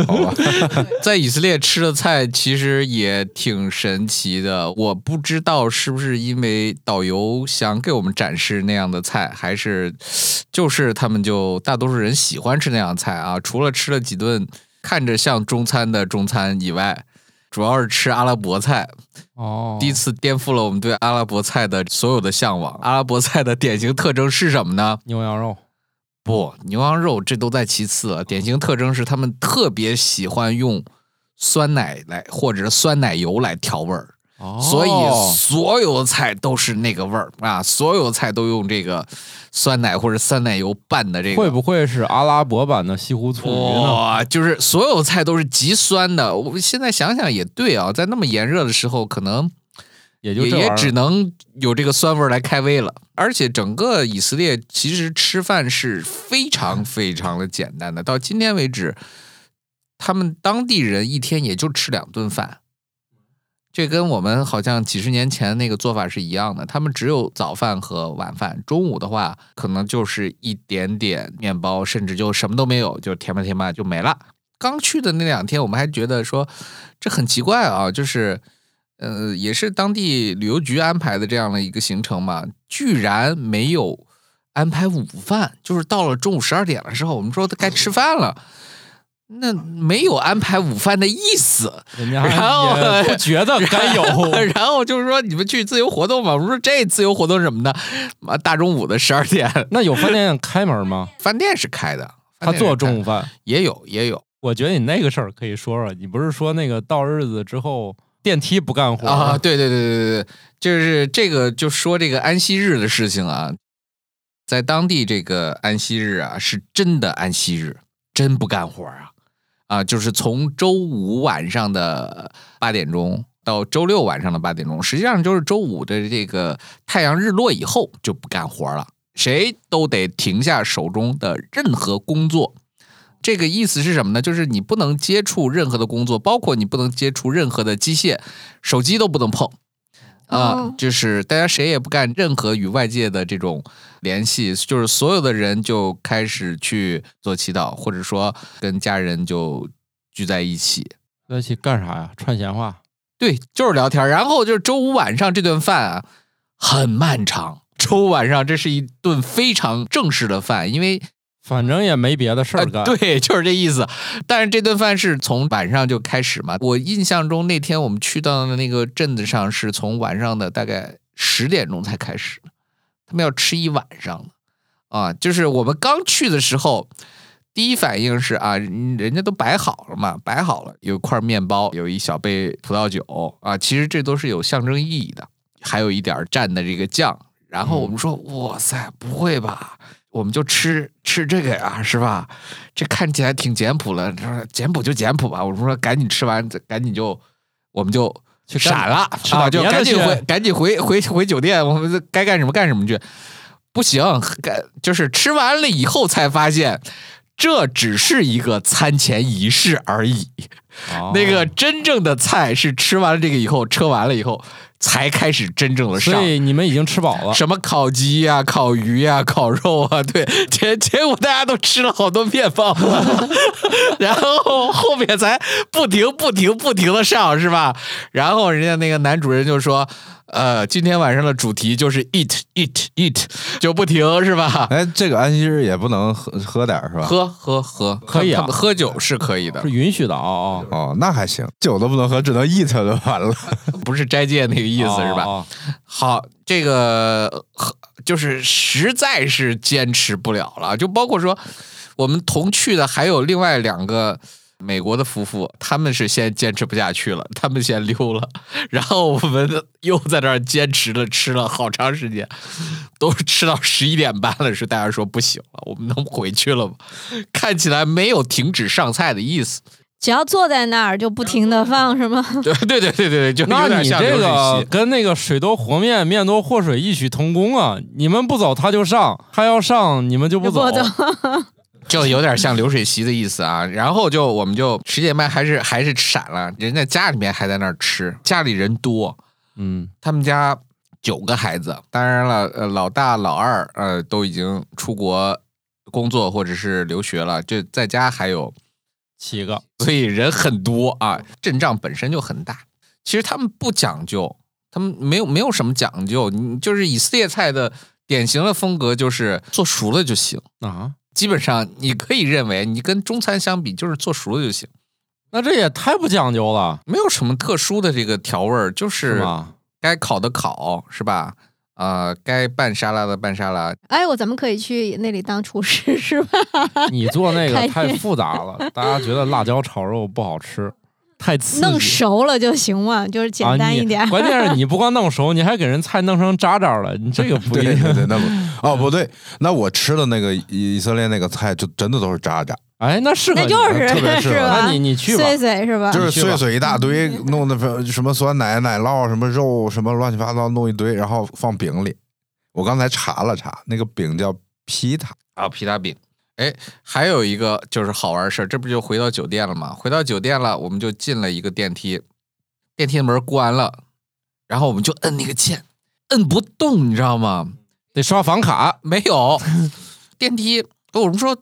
Speaker 2: 好吧？
Speaker 3: 在以色列吃的菜其实也挺神奇的，我不知道是不是因为导游想给我们展示那样的菜，还是就是他们就大多数人喜欢吃那样的菜啊。除了吃了几顿看着像中餐的中餐以外，主要是吃阿拉伯菜，
Speaker 1: 哦
Speaker 3: 第一
Speaker 1: 次
Speaker 3: 次颠覆了我们对阿拉伯菜的所有的向往。阿拉伯菜的典型特征是什么呢？
Speaker 1: 牛羊肉，
Speaker 3: 不，牛羊肉这都在其次了。啊典型特征是他们特别喜欢用酸奶来或者酸奶油来调味儿，
Speaker 1: 哦
Speaker 3: 所以所有的菜都是那个味儿啊，所有的菜都用这个酸奶或者酸奶油拌的这个。哦
Speaker 1: 会不会是阿拉伯版的西湖醋鱼呢？
Speaker 3: 哇、就是所有菜都是极酸的。我现在想想也对啊，在那么炎热的时候，可能
Speaker 1: 也就
Speaker 3: 也
Speaker 1: 这玩意
Speaker 3: 也
Speaker 1: 儿
Speaker 3: 只能有这个酸味儿来开胃了。而且整个以色列其实吃饭是非常非常的简单的，到今天为止，他们当地人一天也就吃两顿饭。这跟我们好像几十年前那个做法是一样的，他们只有早饭和晚饭，中午的话可能就是一点点面包，甚至就什么都没有，就甜吧甜吧就没了。刚去的那两天，我们还觉得说这很奇怪啊，就是呃，也是当地旅游局安排的这样的一个行程嘛，居然没有安排午饭，就是到了中午十二点的时候，我们说该吃饭了，那没有安排午饭的意思。
Speaker 1: 人家
Speaker 3: 然后
Speaker 1: 也 不觉得 该有
Speaker 3: 然后就是说你们去自由活动嘛，我们说这自由活动是什么呢？妈大中午的十二点，
Speaker 1: 那有饭店开门吗？
Speaker 3: 饭店是开的，
Speaker 1: 他做中
Speaker 3: 午
Speaker 1: 午饭？
Speaker 3: 也有也有
Speaker 1: 我觉得你那个事儿可以说说。你不是说那个到日子之后电梯不干活
Speaker 3: 啊，
Speaker 1: 吗？
Speaker 3: 对对对对对对，就是这个就说这个安息日的事情啊，在当地这个安息日啊是真的安息日，真不干活啊啊，就是从周五晚上的八点钟到周六晚上的八点钟，实际上就是周五的这个太阳日落以后就不干活了，谁都得停下手中的任何工作。这个意思是什么呢？就是你不能接触任何的工作，包括你不能接触任何的机械，手机都不能碰啊、
Speaker 5: 哦
Speaker 3: 就是大家谁也不干任何与外界的这种联系，就是所有的人就开始去做祈祷，或者说跟家人就聚在一起。
Speaker 1: 那去干啥呀？串闲话。
Speaker 3: 对，就是聊天儿。然后就是周五晚上这顿饭啊，很漫长。周五晚上这是一顿非常正式的饭，因为
Speaker 1: 反正也没别的事儿干、
Speaker 3: 呃对， 就是这意思。但是这顿饭是从晚上就开始嘛。我印象中那天我们去到的那个镇子上，是从晚上的大概十点钟才开始，他们要吃一晚上的啊。就是我们刚去的时候。第一反应是啊，人人家都摆好了嘛，摆好了，有一块面包，有一小杯葡萄酒啊，其实这都是有象征意义的，还有一点儿蘸的这个酱。然后我
Speaker 1: 嗯
Speaker 3: 们说，哇塞，不会吧？我们就吃吃这个呀，是吧？这看起来挺简朴了，他说简朴就简朴吧。我们说赶紧吃完，赶紧就我们就
Speaker 1: 去干
Speaker 3: 闪了，
Speaker 1: 吃
Speaker 3: 啊，
Speaker 1: 点
Speaker 3: 就
Speaker 1: 别的
Speaker 3: 赶紧
Speaker 1: 去
Speaker 3: 回赶紧回回回酒店，我们该干什么干什么去。不行，干就是吃完了以后才发现，这只是一个餐前仪式而已。
Speaker 1: 哦
Speaker 3: 那个真正的菜是吃完了这个以后，吃完了以后才开始真正的上
Speaker 1: 所。以你们已经吃饱了。
Speaker 3: 什么烤鸡呀、烤鱼呀、烤肉啊，对， 结结果大家都吃了好多面包， 然后后面才不停不停不停的上，是吧？然后人家那个男主人就说，呃，今天晚上的主题就是 eat eat eat，就不停，是吧？
Speaker 2: 哎，这个安息日也不能喝喝点儿是吧？
Speaker 3: 喝喝喝，
Speaker 1: 可以啊
Speaker 3: 他们喝酒是可以的
Speaker 1: 是，允许的哦哦，
Speaker 2: 哦，那还行，酒都不能喝，只能 eat 就完了。
Speaker 3: 不是斋戒那个意
Speaker 1: 意
Speaker 3: 思，是吧？
Speaker 1: 哦
Speaker 3: 好，这个呃就是实在是坚持不了了，就包括说我们同去的还有另外两个美国的夫妇，他们是先坚持不下去了，他们先溜了，然后我们又在那儿坚持了吃了好长时间，都吃到十一点半了，是大家说不行了，我们能回去了吗？看起来没有停止上菜的意思，
Speaker 5: 只要坐在那儿就不停的放什么，
Speaker 3: 对对对对对，就 有
Speaker 1: 那
Speaker 3: 点
Speaker 1: 你
Speaker 3: 像流
Speaker 1: 这
Speaker 3: 水席
Speaker 1: 个跟那个水多和面，面多和水异曲同工啊！你们不走他就上，他要上你们就不走。
Speaker 5: 就不
Speaker 3: 就有点像流水席的意思啊。然后就我们就十姐妹还是还是闪了，人家家里面还在那儿吃，家里人多，
Speaker 1: 嗯，
Speaker 3: 他们家九个孩子，当然了，呃，老大老二呃都已经出国工作或者是留学了，就在家还有
Speaker 1: 七个
Speaker 3: 所以人很多啊，阵仗本身就很大。其实他们不讲究，他们没有没有什么讲究，你就是以色列菜的典型的风格就是做熟了就行。
Speaker 1: 啊，
Speaker 3: 基本上你可以认为你跟中餐相比，就是做熟了就行，
Speaker 1: 那这也太不讲究了，
Speaker 3: 没有什么特殊的这个调味儿，就是是
Speaker 1: 吗？
Speaker 3: 该烤的烤，是吧？呃，该拌沙拉的拌沙拉，
Speaker 5: 哎，我咱们可以去那里当厨师是吧？
Speaker 1: 你做那
Speaker 5: 开
Speaker 1: 个
Speaker 5: 心
Speaker 1: 太复杂了，大家觉得辣椒炒肉不好吃，太刺激。啊
Speaker 5: 弄熟了就行嘛，就是简单一点。
Speaker 1: 啊你。关键是你不光弄熟，你还给人菜弄成渣渣了，你这个 不一
Speaker 2: 对
Speaker 1: 定。
Speaker 2: 对对，那不哦不对，那我吃的那个以以色列那个菜就真的都是渣渣，
Speaker 1: 哎，那是
Speaker 5: 那就是
Speaker 2: 特别适合
Speaker 5: 是吧
Speaker 1: 那你？你去吧，
Speaker 5: 碎碎是吧？
Speaker 2: 就是
Speaker 1: 你去吧
Speaker 2: 碎碎一大堆，弄的什么酸奶、奶酪、什么肉、什么乱七八糟弄一堆，然后放饼里。我刚才查了查，那个饼叫皮塔，
Speaker 3: 啊，皮大饼。哎，还有一个就是好玩的事儿，这不就回到酒店了吗？回到酒店了，我们就进了一个电梯，电梯门关了，然后我们就摁那个键，摁不动，你知道吗？
Speaker 1: 得刷房卡。
Speaker 3: 没有 电梯。我们说，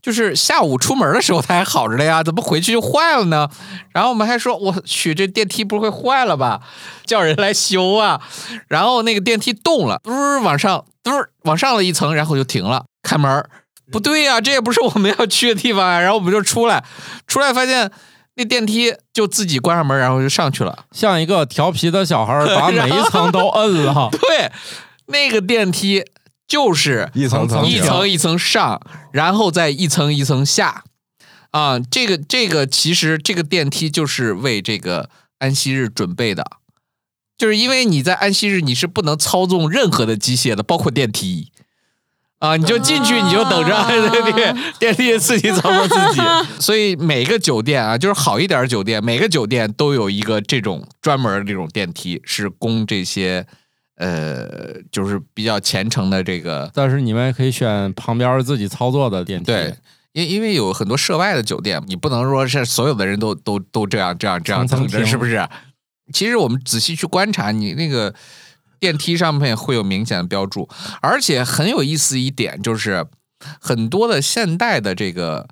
Speaker 3: 就是下午出门的时候它还好着嘞呀，怎么回去就坏了呢？然后我们还说，我去，这电梯不会坏了吧？叫人来修啊。然后那个电梯动了，嘟儿往上，嘟儿往上了一层，然后就停了。开门儿，不对呀、这也不是我们要去的地方啊。然后我们就出来，出来发现那电梯就自己关上门，然后就上去了。，
Speaker 1: 像一个调皮的小孩儿，把每一层都摁 了
Speaker 3: 对，那个电梯就是
Speaker 2: 一层层
Speaker 3: 一
Speaker 2: 顶
Speaker 3: 层一层上，然后再一层一层下。啊，这个这个其实这个电梯就是为这个安息日准备的，就是因为你在安息日你是不能操纵任何的机械的，包括电梯。啊，你就进去，你就等着
Speaker 5: 啊
Speaker 3: 电电梯自己操作自己。所以每个酒店啊，就是好一点的酒店，每个酒店都有一个这种专门的这种电梯，是供这些呃，就是比较虔诚的这个
Speaker 1: 但是你们也可以选旁边自己操作的电梯。
Speaker 3: 对，，因因为有很多涉外的酒店，你不能说是所有的人都都都这样这样这样
Speaker 1: 层层
Speaker 3: 等着，
Speaker 1: 停
Speaker 3: 是不是？其实我们仔细去观察，你那个电梯上面会有明显的标注，而且很有意思一点就是，很多的现代的这个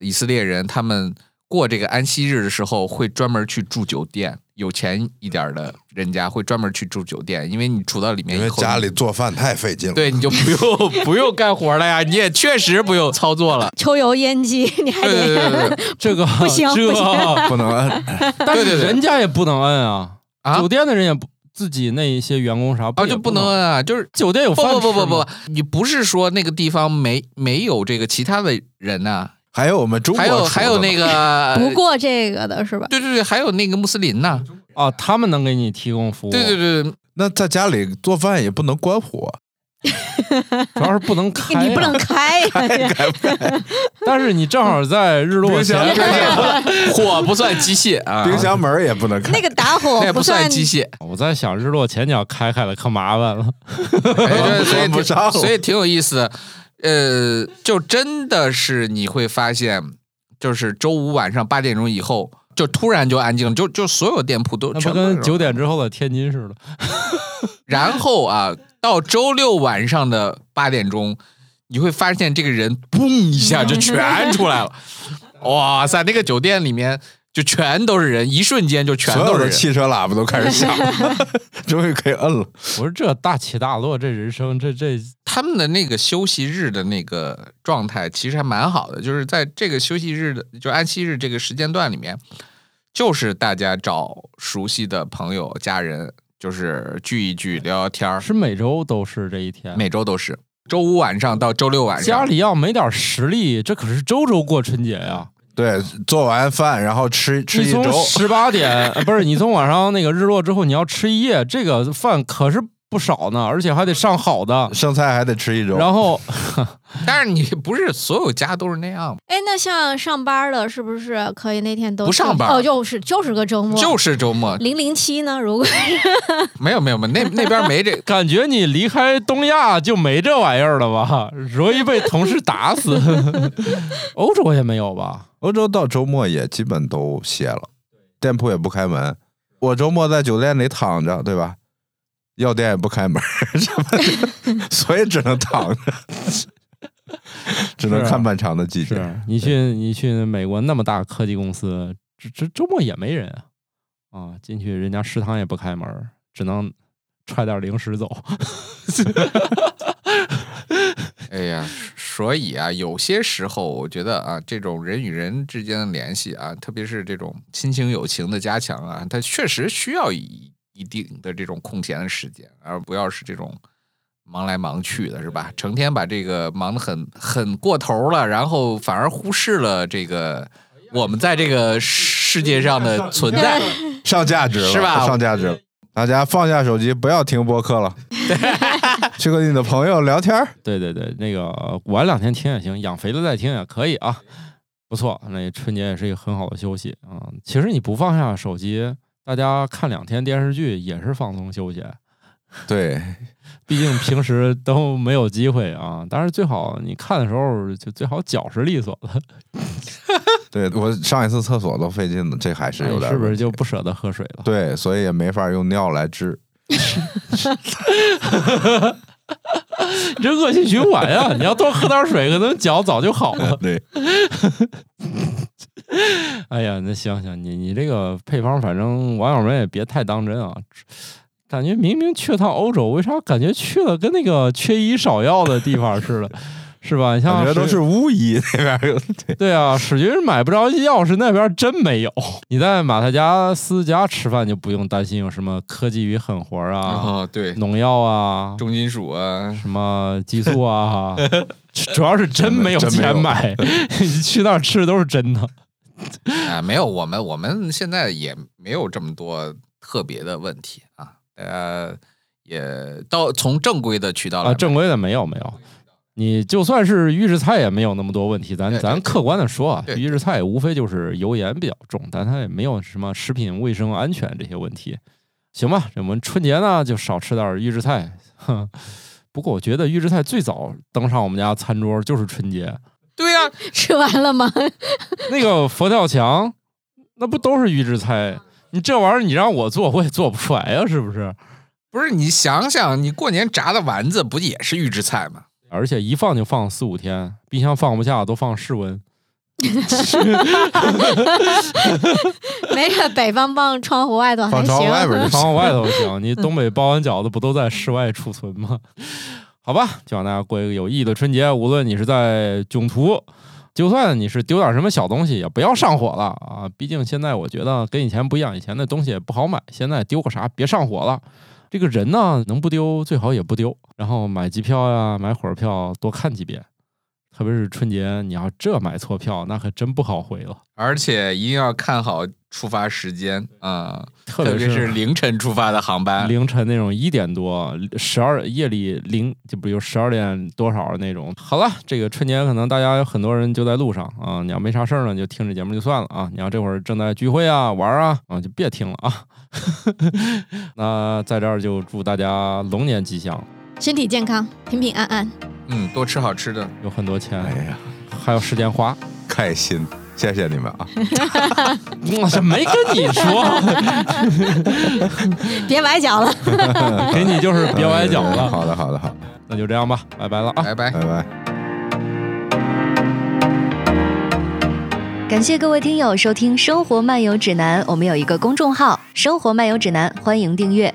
Speaker 3: 以色列人，他们过这个安息日的时候，会专门去住酒店。有钱一点儿的人家会专门去住酒店，因为你住到里面
Speaker 2: 因
Speaker 3: 以后，
Speaker 2: 为家里做饭太费劲了。
Speaker 3: 哎 对你就不用不用干活了呀，你也确实不用操作了。
Speaker 5: 抽油烟机，你还
Speaker 3: 对对对对
Speaker 5: 得
Speaker 3: 对
Speaker 1: 这个
Speaker 5: 不行
Speaker 1: 这
Speaker 5: 不 行
Speaker 2: 不能摁，
Speaker 1: 但
Speaker 3: 对
Speaker 1: 是
Speaker 3: 对对
Speaker 1: 人家也不能摁啊，
Speaker 3: 啊
Speaker 1: 酒店的人也不自己那一些员工啥
Speaker 3: 啊，
Speaker 1: 也
Speaker 3: 就
Speaker 1: 不
Speaker 3: 不能摁啊，就是
Speaker 1: 酒店有
Speaker 3: 不
Speaker 1: 饭
Speaker 3: 不不
Speaker 1: 吃
Speaker 3: 不
Speaker 1: 吗
Speaker 3: 不，你不是说那个地方没没有这个其他的人呐、
Speaker 2: 还有我们中国
Speaker 3: 还有还有那
Speaker 2: 个，
Speaker 3: 个
Speaker 5: 不过这个的是吧？
Speaker 3: 对对对，还有那个穆斯林呐、
Speaker 1: 啊，他们能给你提供服务，
Speaker 3: 对对对对，
Speaker 2: 那在家里做饭也不能关火，
Speaker 1: 主要是不能开、
Speaker 5: 你不能。开呀，
Speaker 1: 但是你正好在日落
Speaker 2: 冰箱啊
Speaker 1: 前，
Speaker 3: 火不算机械啊，
Speaker 2: 冰箱门也不能开
Speaker 5: 那。个打火
Speaker 3: 那也不
Speaker 5: 算
Speaker 3: 算机械，
Speaker 1: 我在想日落前你要开开了，可麻烦了。
Speaker 3: 哎对所以
Speaker 2: 不
Speaker 3: 挺
Speaker 2: 上了
Speaker 3: 所以挺有意思的。呃，就真的是你会发现，就是周五晚上八点钟以后，就突然就安静了，就就所有店铺都
Speaker 1: 那
Speaker 3: 全
Speaker 1: 不
Speaker 3: 部
Speaker 1: 跟
Speaker 3: 是
Speaker 1: 九点之后的天津似的，
Speaker 3: 然后啊，到周六晚上的八点钟，你会发现这个人嘣一下就全出来了。哇塞，那个酒店里面就全都是人，一瞬间就全
Speaker 2: 所有
Speaker 3: 都是
Speaker 2: 的
Speaker 3: 人。
Speaker 2: 汽车喇叭都开始 响，终于可以摁了。
Speaker 1: 我说这大起大落，这人生，这这
Speaker 3: 他们的那个休息日的那个状态其实还蛮好的，就是在这个休息日的，就安息日这个时间段里面，就是大家找熟悉的朋友、家人，就是聚一聚、聊聊天儿。
Speaker 1: 是每周都是这一天。
Speaker 3: 每周都是周五晚上到周六晚上，
Speaker 1: 家里要没点实力，这可是周周过春节呀、
Speaker 2: 对，做完饭然后吃吃
Speaker 1: 你
Speaker 2: 一
Speaker 1: 从
Speaker 2: 周，
Speaker 1: 十八点呃不是你从晚上那个日落之后，你要吃一夜，这个饭可是不少呢，而且还得上好的。
Speaker 2: 剩菜还得吃一周。
Speaker 1: 然后。
Speaker 3: 但是你不是所有家都是那样，
Speaker 5: 哎，那像上班的，是不是可以那天都
Speaker 3: 不上班
Speaker 5: 哦，就是就是个周末，
Speaker 3: 就是周末
Speaker 5: 零零七呢？如果
Speaker 3: 没有没有没有，那那边没这
Speaker 1: 感觉你离开东亚就没这玩意儿了吧？ 容易被同事打死。 欧洲也没有吧？
Speaker 2: 欧洲到周末也基本都歇了，店铺也不开门。我周末在酒店里躺着，对吧？药店也不开门， 什 么的所以只能躺着，只能看漫长的季节。
Speaker 1: 是你去你去美国那么大科技公司，这这周末也没人啊，啊，进去人家食堂也不开门儿，只能揣点零食走。
Speaker 3: 哎呀，所以啊，有些时候我觉得啊，这种人与人之间的联系啊，特别是这种亲情友情的加强啊，它确实需要一一定的这种空闲的时间，而不要是这种忙来忙去的，是吧？成天把这个忙得很很过头了，然后反而忽视了这个我们在这个世界上的存在。
Speaker 2: 上价值了，
Speaker 3: 是吧
Speaker 2: 上价值了。大家放下手机，不要听播客了，去跟你的朋友聊天儿。
Speaker 1: 对对对，那个晚两天听也行，养肥了再听也可以啊。不错，那春节也是一个很好的休息啊、其实你不放下手机，大家看两天电视剧也是放松休闲，
Speaker 2: 对，
Speaker 1: 毕竟平 时都没有机会啊。但是最好你看的时候就最好脚是利索的，
Speaker 2: 对我上一次厕所都费劲了，这还哎是有点儿问题、
Speaker 1: 是不是就不舍得喝水了？
Speaker 2: 对，所以也没法用尿来治。
Speaker 1: 你这恶性循环呀、你要多喝点水，可能脚早就好了。
Speaker 2: 对，
Speaker 1: 哎呀，那行行，你你这个配方，反正网友们也别太当真啊。感觉明明去趟欧洲，为啥感觉去了跟那个缺医少药的地方似的，是吧？你像
Speaker 2: 感觉都
Speaker 1: 史
Speaker 2: 是巫医 那边有。对，
Speaker 1: 对啊，史军买不着药，是那边真没有。 你在马特加斯家吃饭就不用担心有什么科技与狠活啊、
Speaker 3: 哦，对，
Speaker 1: 农药啊、
Speaker 3: 重金属啊，
Speaker 1: 什么激素 啊，主要是真没有
Speaker 2: 真没有
Speaker 1: 钱买， 你去那儿吃的都是真的。
Speaker 3: 啊，没有，我们我们现在也没有这么多特别的问题啊，呃，也到从正规的渠道来
Speaker 1: 啊，
Speaker 3: 买，
Speaker 1: 正规的没有没有。你就算是预制菜也没有那么多问题，咱
Speaker 3: 对对
Speaker 1: 咱客观的说啊，
Speaker 3: 对对
Speaker 1: 预制菜无非就是油盐比较重，但它也没有什么食品卫生安全这些问题，行吧？我们春节呢就少吃点预制菜。哼，不过我觉得预制菜最早登上我们家餐桌就是春节，
Speaker 3: 对呀、
Speaker 5: 吃完了吗？
Speaker 1: 那个佛跳墙，那不都是预制菜？你这玩意儿你让我做我也做不出来呀、是不是？
Speaker 3: 不是你想想，你过年炸的丸子不也是预制菜吗？
Speaker 1: 而且一放就放四五天，冰箱放不下都放室温。
Speaker 5: 没事，北方放窗户外头还
Speaker 2: 放窗户外边
Speaker 5: 行。啊
Speaker 2: 儿就
Speaker 1: 窗
Speaker 2: 行。
Speaker 1: 户外头行，你东北包完饺子不都在室外储存吗？好吧，希望大家过一个有意义的春节。无论你是在囧途，就算你是丢点什么小东西，也不要上火了啊！毕竟现在我觉得跟以前不一样，以前的东西也不好买，现在丢个啥别上火了。这个人呢，能不丢最好也不丢，然后买机票呀、买火车票多看几遍，特别是春节，你要这买错票，那可真不好回了。
Speaker 3: 而且一定要看好出发时间啊、
Speaker 1: 特
Speaker 3: 特
Speaker 1: 别
Speaker 3: 别
Speaker 1: 是
Speaker 3: 是凌晨出发的航班。
Speaker 1: 凌晨那种一点多、十二夜里零，就比如十二点多少那种。好了，这个春节可能大家有很多人就在路上啊，你要没啥事儿呢，就听这节目就算了啊。你要这会儿正在聚会啊、玩啊，啊就别听了啊。 那在这儿就祝大家龙年吉祥，
Speaker 5: 身体健康，平平安安。
Speaker 3: 嗯，多吃好吃的。
Speaker 1: 有很多钱，
Speaker 2: 哎呀，
Speaker 1: 还有时间花。
Speaker 2: 开心，谢谢你们啊！
Speaker 1: 我这嗯没跟你说，
Speaker 5: 别崴脚了。
Speaker 1: 给你就是
Speaker 2: 哎
Speaker 1: 别崴脚了。
Speaker 2: 好的，好的，好的，
Speaker 1: 那就这样吧，拜拜了啊。
Speaker 3: 拜拜。
Speaker 2: 拜拜。
Speaker 4: 感谢各位听友收听《生活漫游指南》，我们有一个公众号《生活漫游指南》，欢迎订阅。